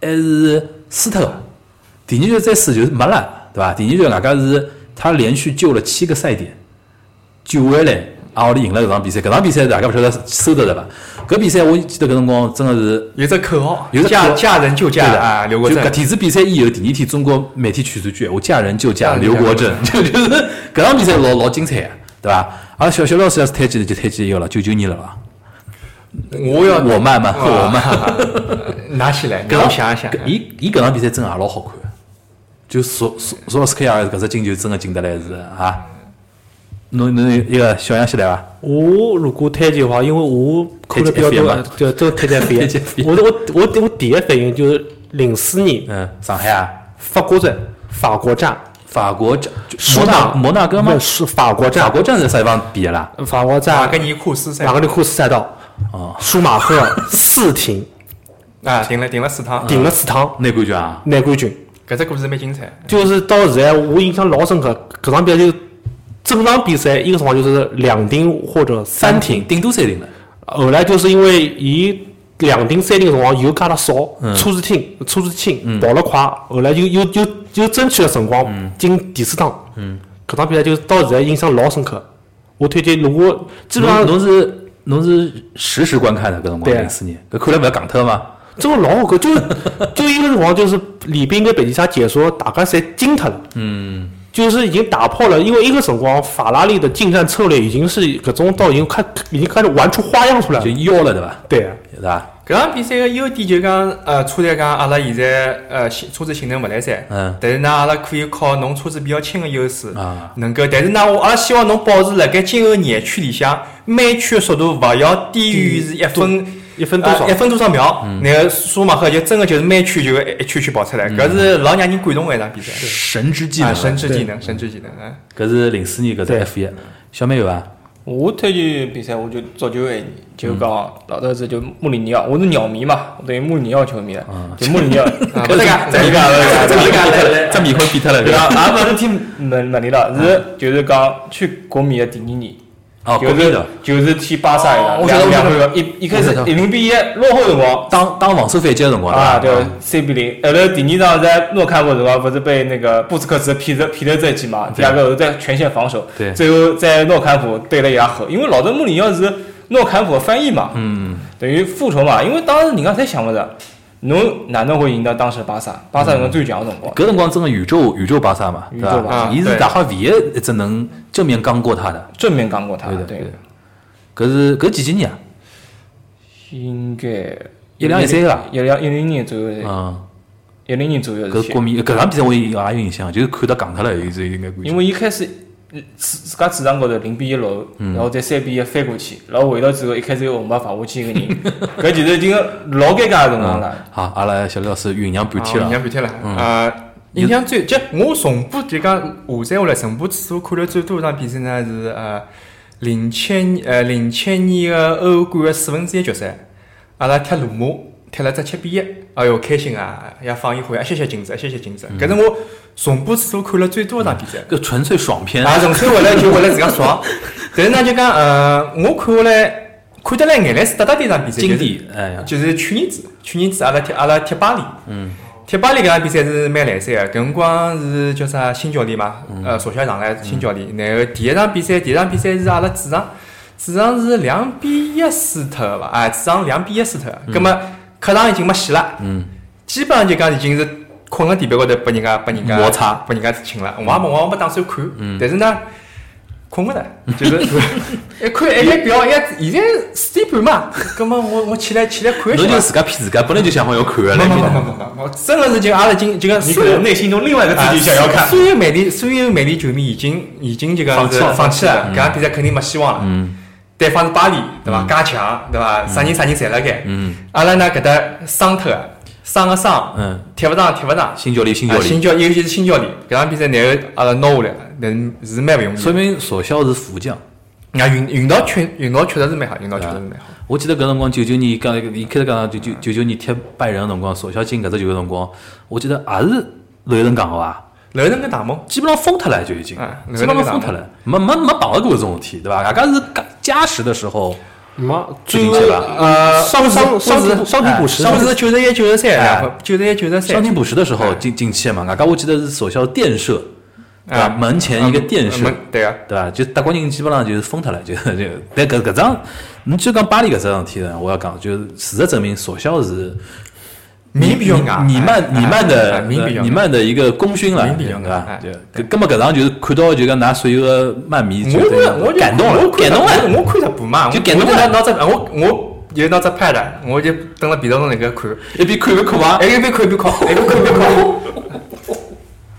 Speaker 2: 还是输脱个，第二局再输就是没了，对伐？第二局外加是他连续救了七个赛点，救回来，阿奥利赢了搿场比赛。搿场比赛大家勿晓得收得着伐？搿比赛我记得搿辰光真个是
Speaker 3: 有只口号
Speaker 2: 有，只口
Speaker 3: 嫁
Speaker 2: 号
Speaker 3: 嫁人就嫁
Speaker 2: 对的
Speaker 3: 啊，刘国
Speaker 2: 就搿
Speaker 3: 正。
Speaker 2: 体子比赛以后，第二天中国媒体取出句，我嫁人就嫁
Speaker 3: 嫁人
Speaker 2: 刘
Speaker 3: 就嫁
Speaker 2: 国正， 就就是搿场比赛老老精彩啊，对伐？阿拉小小老师要是推荐的就推荐一个了，九九年了伐？
Speaker 3: 我要啊
Speaker 2: 我慢慢我慢，
Speaker 3: 拿起来，你
Speaker 2: 搿
Speaker 3: 要
Speaker 2: 场
Speaker 3: 想一想
Speaker 2: 搿，伊伊搿场比赛真的也老好看，就索索索尔斯克亚搿只进球真的进得来是啊。侬侬有一个小杨先来伐？
Speaker 4: 我如果推荐的话，因为我看的比较
Speaker 2: 推荐 F1
Speaker 4: 多
Speaker 2: 嘛，
Speaker 4: 就就推荐
Speaker 2: 推
Speaker 4: F
Speaker 2: 荐
Speaker 4: 一。我我我我第一反应就是零四年
Speaker 2: 嗯，上海啊，
Speaker 4: 法国站，法国站，
Speaker 2: 法国这
Speaker 4: 舒
Speaker 2: 摩纳
Speaker 4: 纳
Speaker 2: 摩纳哥吗
Speaker 4: 不？是法国
Speaker 2: 法
Speaker 4: 站，
Speaker 2: 国站是啥地方比的啦？
Speaker 4: 法国站，
Speaker 3: 马格尼库斯赛
Speaker 4: 马格尼库斯赛道，
Speaker 2: 哦，
Speaker 4: 舒马赫四停，
Speaker 3: 啊，停了停了四
Speaker 2: 嗯
Speaker 3: 趟，
Speaker 4: 顶了四
Speaker 3: 呃
Speaker 4: 趟
Speaker 2: 哪冠军啊？
Speaker 4: 拿冠军。
Speaker 3: 搿只故事蛮精彩。
Speaker 4: 就是到现在我印象老深刻，搿场比赛就整场比赛一个辰光就是两停或者三停，
Speaker 2: 顶多三停了。
Speaker 4: 后来就是因为伊两停三停个辰光油加了少，车子轻，车子轻，跑了快，后来又又又又争取了辰光进第四趟，搿场比赛就是到现在印象老深刻。我推荐如果基本上
Speaker 2: 侬侬是侬是实时观看的，搿辰光
Speaker 4: 对啊
Speaker 2: 零四年，搿看来勿要讲脱嘛。
Speaker 4: 真个老好看，就 就一个辰光就是李斌跟北极虾解说，大家侪惊脱了。嗯，就是已经打破了，因为一个辰光法拉利的进站策略已经是搿种到已经开已经开始玩出花样出来
Speaker 2: 就
Speaker 4: 了。
Speaker 2: 腰了对伐？
Speaker 4: 对，啊
Speaker 2: 对伐？
Speaker 3: 搿场比赛个优点就讲，呃，车队讲阿拉现在呃性车子性能勿来三，
Speaker 2: 嗯
Speaker 3: 但是呢，阿拉可以靠侬车子比较轻个优势
Speaker 2: 啊，
Speaker 3: 能够，但是呢，我阿拉希望侬保持辣盖今后廿圈里向每圈速度勿要低于是一分
Speaker 4: 一分多少
Speaker 3: 呃一分多少秒，然后舒马赫就真个就是每圈就一圈圈跑出来，搿是老让人感动个一场比赛，
Speaker 2: 神之技
Speaker 3: 啊，
Speaker 2: 能，
Speaker 3: 神之技能，神之技能，嗯，
Speaker 2: 搿是零四年搿只
Speaker 4: 对
Speaker 2: F 一，小妹有伐？
Speaker 5: 我推荐比赛，我就早就爱你，就讲老头子就穆里尼奥，我是鸟迷嘛，我等于穆里尼奥球迷
Speaker 2: 啊
Speaker 5: 了，就穆 里尼奥，啊
Speaker 3: 不是讲，再一个，再一个，来来。
Speaker 2: 这米会比脱了，
Speaker 5: 对
Speaker 2: 对伐？
Speaker 5: 伐？也勿是听问问题了，是就是讲去国米的第二年，
Speaker 2: 啊哦，
Speaker 5: 九
Speaker 2: 国米
Speaker 5: 十
Speaker 2: 的，
Speaker 5: 九十天巴萨一
Speaker 2: 哦我
Speaker 5: 场，
Speaker 2: 晓得
Speaker 5: 两
Speaker 2: 我
Speaker 5: 两
Speaker 2: 晓得
Speaker 5: 个一一开始
Speaker 2: 我晓得
Speaker 5: 一零比一落后辰光，
Speaker 2: 当当防守反击的辰光
Speaker 5: 啊，对
Speaker 2: 对吧？
Speaker 5: ，C 比零。呃后头第二场在诺坎普辰光，不是被那个布斯克茨劈头劈头这记嘛？第二个后头在全线防守，
Speaker 2: 对
Speaker 5: 最后在诺坎普对了一下吼，因为老德穆里尼奥是诺坎普的翻译嘛，嗯，等于复仇嘛。因为当时人家才想不着，侬哪能会赢得当时巴萨？巴萨辰
Speaker 2: 嗯
Speaker 5: 光最强的辰光，
Speaker 2: 搿辰光真个宇宙宇宙巴萨嘛，对
Speaker 5: 宇宙巴
Speaker 2: 伐
Speaker 5: 萨？
Speaker 2: 伊是
Speaker 3: 对
Speaker 2: 大概唯一一只能正面刚过他的，
Speaker 5: 正面刚过他，
Speaker 2: 对的
Speaker 5: 对
Speaker 2: 对的，搿是搿几几年啊？
Speaker 5: 应该
Speaker 2: 一两一三吧
Speaker 5: 一两一零年左右的，
Speaker 2: 嗯，
Speaker 5: 一零年左右的
Speaker 2: 搿
Speaker 5: 事
Speaker 2: 国
Speaker 5: 体。
Speaker 2: 米搿场比赛我也有也有印象，就是看到戆脱了，有一次应该感觉
Speaker 5: 因为一开始嗯自自家主场高头零比一落后，
Speaker 3: 嗯
Speaker 5: 然后再三比一翻过去，然后回到之后一开始有红牌罚下去一个人，搿其实已经老尴尬的辰光了。
Speaker 2: 好，阿拉小李老师酝酿半天
Speaker 3: 印
Speaker 2: 了，嗯
Speaker 3: 象半天了。啊，印象最就我重播就讲下载下来重播次数看了最多一场比赛呢是呃零七呃零七年个欧冠个四分之一决赛，阿拉踢罗马踢了只七比一，哎哟开心啊！要放一回，一歇歇劲子，一歇歇劲
Speaker 2: 嗯
Speaker 3: 子。搿是我重播次数看了最多一场比赛。
Speaker 2: 搿纯粹爽片，
Speaker 3: 啊，纯粹为了就为了自家爽。但是呢，就讲呃，我看下来看得来眼泪是哒哒的一场比赛，
Speaker 2: 经
Speaker 3: 就是
Speaker 2: 典，哎呀，
Speaker 3: 就是去年子，去年子阿拉踢阿拉踢巴黎，嗯，踢巴黎搿场比赛是蛮来塞个，搿辰光是叫啥新教练嘛，
Speaker 2: 嗯
Speaker 3: 呃，索下上来新教练，然后第一场比赛，第一场比赛是阿拉主场，主场是两比一输脱个伐？啊，主场两比一输脱
Speaker 2: 嗯
Speaker 3: 个，葛末客场已经没戏了，嗯，基本上就讲已经是困辣地板高头，拨人家拨人家
Speaker 2: 摩擦，嗯
Speaker 3: 拨人家请了，我也没我也没打算看，但是呢。困个的，就是 一看哎一表，一现在四点半嘛，葛末我我起来起来看一下
Speaker 2: 侬
Speaker 3: 吧。
Speaker 2: 就自家骗自家，本来就想好要看个
Speaker 3: 没没没
Speaker 2: 了，
Speaker 3: 没没，我真的是就阿拉已经就讲
Speaker 4: 你
Speaker 3: 所
Speaker 4: 可
Speaker 3: 有
Speaker 4: 能内心中另外一个自己想要看
Speaker 3: 所有美丽所有美丽球迷已经已经就讲是放弃了，搿场比赛肯定没希望了。对方是巴黎，对伐？加强，对伐？啥人啥人侪辣盖。阿拉呢搿搭伤脱个，伤个伤，
Speaker 2: 嗯，
Speaker 3: 踢勿上踢勿上。
Speaker 2: 新教练哎新教
Speaker 3: 啊，
Speaker 2: 练，
Speaker 3: 新教尤其是新教练，搿场比赛然后阿拉拿下来，但是蛮勿容易。
Speaker 2: 说明索肖是副将。
Speaker 3: 啊，运运道确运道确实是蛮好，运道确实是蛮好。
Speaker 2: 我记得搿辰光九九年，刚一开始讲九九九九年踢拜仁个辰光，索肖进搿只球个辰光，我记得也是刘仁讲个伐？
Speaker 3: 楼上跟大梦，
Speaker 2: 基本上封脱了就已经
Speaker 3: 哎，
Speaker 2: 基本上封脱了，没没没碰到过搿种事体，对伐？大家是加加时的时候，
Speaker 4: 没，
Speaker 2: 进
Speaker 4: 最
Speaker 2: 去
Speaker 4: 后
Speaker 2: 吧
Speaker 3: 呃，
Speaker 4: 伤
Speaker 3: 伤
Speaker 4: 伤
Speaker 3: 停
Speaker 4: 伤停补时
Speaker 3: 伤停九十一九十三两分，九十一九十三
Speaker 2: 伤。停补时的时候进进去嘛，外加我记得是索肖垫射，对伐？
Speaker 3: 啊
Speaker 2: 门前一个垫射
Speaker 3: 嗯，嗯对啊，
Speaker 2: 对伐？就德国人基本上就是封脱了，就 就但搿搿张，侬就讲巴黎搿桩事体呢，我要讲，就是事实证明索肖是
Speaker 3: 米比较硬，
Speaker 2: 你曼你曼的
Speaker 3: 米比较
Speaker 2: 你
Speaker 3: 硬。
Speaker 2: 曼的一个功勋了，
Speaker 3: 名比
Speaker 2: 对
Speaker 3: 较高
Speaker 2: 伐
Speaker 3: 哎？
Speaker 2: 就搿搿么搿场就是看到就讲㑚所有个曼迷就
Speaker 3: 我
Speaker 2: 对
Speaker 3: 看我就
Speaker 2: 感动了，
Speaker 3: 我看
Speaker 2: 感动了，
Speaker 3: 我我看着补嘛，
Speaker 2: 就感动了
Speaker 3: 我就拿拿只我我就拿只 pad，我就蹲辣被头上那个看，
Speaker 2: 一边看一边哭嘛。
Speaker 3: 哎一边看一边哭，一边看一边哭。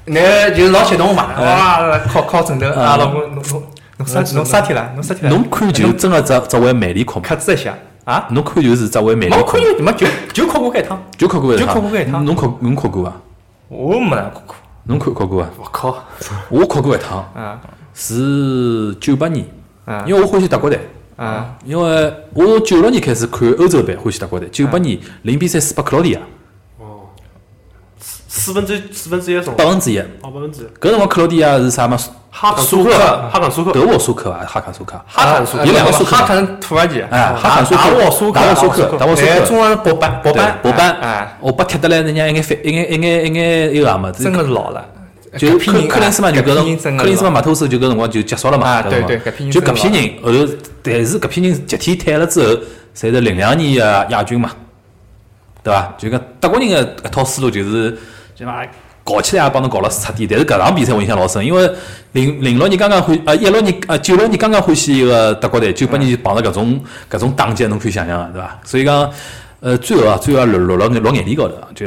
Speaker 3: 那就是老激动嘛，哇，靠靠枕头，啊，老公，侬侬侬啥侬啥体了？侬啥体了？
Speaker 2: 侬看球真个只只为魅力哭嘛？
Speaker 3: 克制一下啊！
Speaker 2: 侬看球是只为魅力
Speaker 3: 没
Speaker 2: 哭
Speaker 3: 看，就没就就哭过搿一趟，
Speaker 2: 就哭过一
Speaker 3: 就哭过一趟
Speaker 2: 侬哭侬哭过伐？
Speaker 3: 我没哪哭过。
Speaker 2: 侬哭哭过伐？
Speaker 3: 我靠！
Speaker 2: 我哭过一趟，
Speaker 3: 啊
Speaker 2: 是九八年，
Speaker 3: 啊
Speaker 2: 因为我欢喜德国队。
Speaker 3: 啊！
Speaker 2: 因为我九六年开始看欧洲杯，欢喜德国队。九八
Speaker 3: 嗯
Speaker 2: 年零比三输拨克罗地亚，
Speaker 4: 四分之四分之一总，
Speaker 2: 百分之一。
Speaker 4: 哦，百分之一
Speaker 2: 搿辰光克罗地亚是啥嘛？呃
Speaker 4: 哈坎
Speaker 2: 苏
Speaker 4: 苏
Speaker 2: 克
Speaker 4: 克，哈坎苏克，
Speaker 2: 德沃苏克伐？啊哈坎苏克？啊
Speaker 4: 哈坎
Speaker 3: 啊
Speaker 4: 苏克
Speaker 2: 有两个苏克
Speaker 3: 哈肯土耳其，
Speaker 2: 哎，哈坎苏克，
Speaker 3: 啊达沃苏克，啊哎
Speaker 2: 达沃苏克，达沃苏克，
Speaker 3: 中央是博班，博
Speaker 2: 对
Speaker 3: 班，
Speaker 2: 博
Speaker 3: 哎，
Speaker 2: 班，我哦把踢得来，人家一眼翻，一眼一眼一眼一个嘛，
Speaker 3: 真的是老了，
Speaker 2: 就
Speaker 3: 搿
Speaker 2: 是
Speaker 3: 批
Speaker 2: 克
Speaker 3: 人
Speaker 2: 克林斯曼就搿
Speaker 3: 搿批人
Speaker 2: 辰，
Speaker 3: 真
Speaker 2: 克
Speaker 3: 的
Speaker 2: 林斯曼
Speaker 3: 老
Speaker 2: 马头斯就搿辰光就结束了嘛，
Speaker 3: 啊
Speaker 2: 搿辰光
Speaker 3: 对对搿批人
Speaker 2: 就
Speaker 3: 真
Speaker 2: 搿批
Speaker 3: 的
Speaker 2: 人后头，但是搿批人集体退了之后，侪是零两年的亚军嘛，对伐？就讲德国人的一套思路就是，就嘛搞起来也帮侬搞了彻底，但是搿场比赛我印象老深，因为零零六年刚刚欢呃一六年呃九六年刚刚欢喜一个德国队，九八年就碰到搿种搿种打击，侬可以想象啊，对伐？所以讲，呃，最后啊，最后啊落落落落眼泪高头啊，就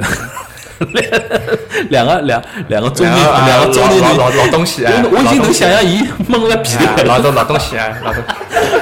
Speaker 2: 两个两两个中年
Speaker 3: 啊
Speaker 2: 两个中年
Speaker 3: 老
Speaker 2: 女
Speaker 3: 老老老东西，哎
Speaker 2: 我我已经能想象伊蒙了被头
Speaker 3: 哎，老东老东西，哎，老东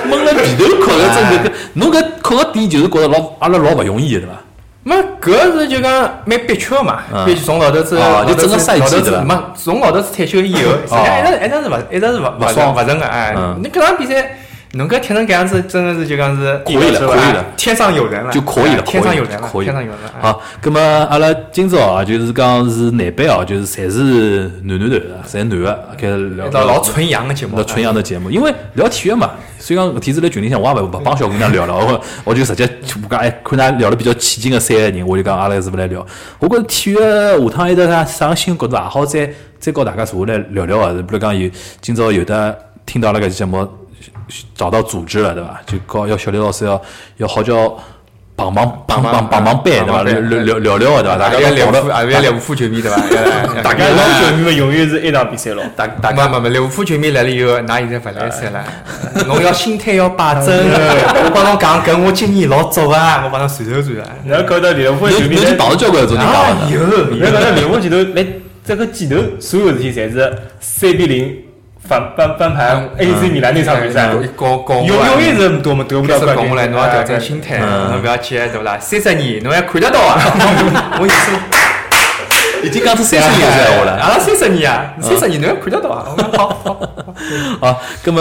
Speaker 2: 蒙了被头哭了，真的。侬搿哭个点就是觉着老阿拉老勿容易的，对伐？
Speaker 3: 没，搿是就讲蛮憋屈的嘛，
Speaker 2: 嗯
Speaker 3: 憋屈从老头子，
Speaker 2: 哦
Speaker 3: 老头
Speaker 2: 就整
Speaker 3: 子
Speaker 2: 个赛季
Speaker 3: 老头
Speaker 2: 对
Speaker 3: 子
Speaker 2: 吧
Speaker 3: 没，从老头子退休以后，实际上一直一直是勿一直是勿
Speaker 2: 勿
Speaker 3: 勿
Speaker 2: 爽
Speaker 3: 勿成个，哎
Speaker 2: 嗯，
Speaker 3: 你搿场比赛侬搿踢成搿样子，真的是就讲是
Speaker 2: 可以了
Speaker 3: 是吧哎
Speaker 2: 可以了
Speaker 3: 天上有人了，
Speaker 2: 就可以了，
Speaker 3: 啊天上有
Speaker 2: 可以
Speaker 3: 人
Speaker 2: 了
Speaker 3: 了，
Speaker 2: 可以
Speaker 3: 天上有
Speaker 2: 了
Speaker 3: 人了。啊
Speaker 2: 好，咁么阿拉今朝啊，就是讲是南北啊，就是侪是男男的，侪男的，开始聊
Speaker 3: 一道哎老纯阳的节目，
Speaker 2: 那纯阳的节目，因为聊体育嘛，所以讲搿天子在群里向我也勿勿帮小姑娘聊了，我 我就直接我讲哎，看㑚聊得比较起劲个三个人，我就讲阿拉是勿来聊。我觉着体育下趟有得啥啥新角度也啊好，再再告大家坐下来聊聊啊。比如讲有今朝有的听到了搿期节目，找到组织了对伐？就告要小刘老师要要好叫。帮忙 帮忙帮忙班对伐？
Speaker 3: 帮忙
Speaker 2: 聊
Speaker 3: 班
Speaker 2: 聊聊聊对伐？大家
Speaker 3: 也
Speaker 2: 要
Speaker 3: 猎
Speaker 2: 搞
Speaker 3: 户，
Speaker 2: 得
Speaker 3: 啊，要猎户球 迷对哎伐？要
Speaker 5: 大家老
Speaker 3: 啊
Speaker 5: 球迷们永远是一场比赛咯。
Speaker 3: 大大家没没猎户球迷来了以后，㑚现在勿来塞了，
Speaker 2: 哎
Speaker 3: 侬要心态要 摆正。我帮侬讲，搿我经验老早啊，我帮侬传授传授。
Speaker 5: 侬看到利物浦
Speaker 2: 侬
Speaker 5: 球
Speaker 2: 侬
Speaker 5: 迷
Speaker 2: 是
Speaker 5: 在，
Speaker 2: 碰着交关种人讲
Speaker 3: 啊
Speaker 2: 的，
Speaker 3: 有
Speaker 5: 侬看到利物浦前头来这个前头所有事体侪是三比零反扳扳
Speaker 3: 嗯
Speaker 5: 盘 AC 米兰那场比赛，
Speaker 3: 一讲讲
Speaker 5: 永永远是我们得
Speaker 3: 嗯
Speaker 5: 不
Speaker 3: 开
Speaker 5: 到
Speaker 3: 始
Speaker 5: 冠
Speaker 3: 讲
Speaker 5: 军
Speaker 3: 下。来，侬要调整心态，侬勿要急，对勿啦？三十年侬还看得到啊！我意思，
Speaker 2: 已经讲出三十年的闲话了。
Speaker 3: 阿拉三十年啊，三十年侬还看得到啊！好好，
Speaker 2: 好，咁么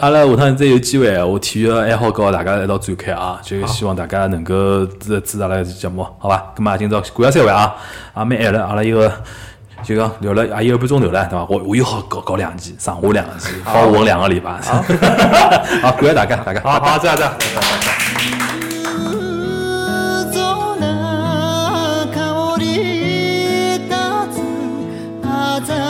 Speaker 2: 阿拉下趟再有机会，我体育爱好搞大家一道展开啊，就希望大家能够支支持阿拉搿期节目，好吧？咁么今朝感谢三位啊，也蛮晚了，阿拉一个。就讲聊了也一个半钟头了，对伐？我我又好搞搞两期，上下两期，好混两个礼拜。好，感谢大家，大家。
Speaker 3: 好好，这样这样。
Speaker 1: ぞな香り立つ鮮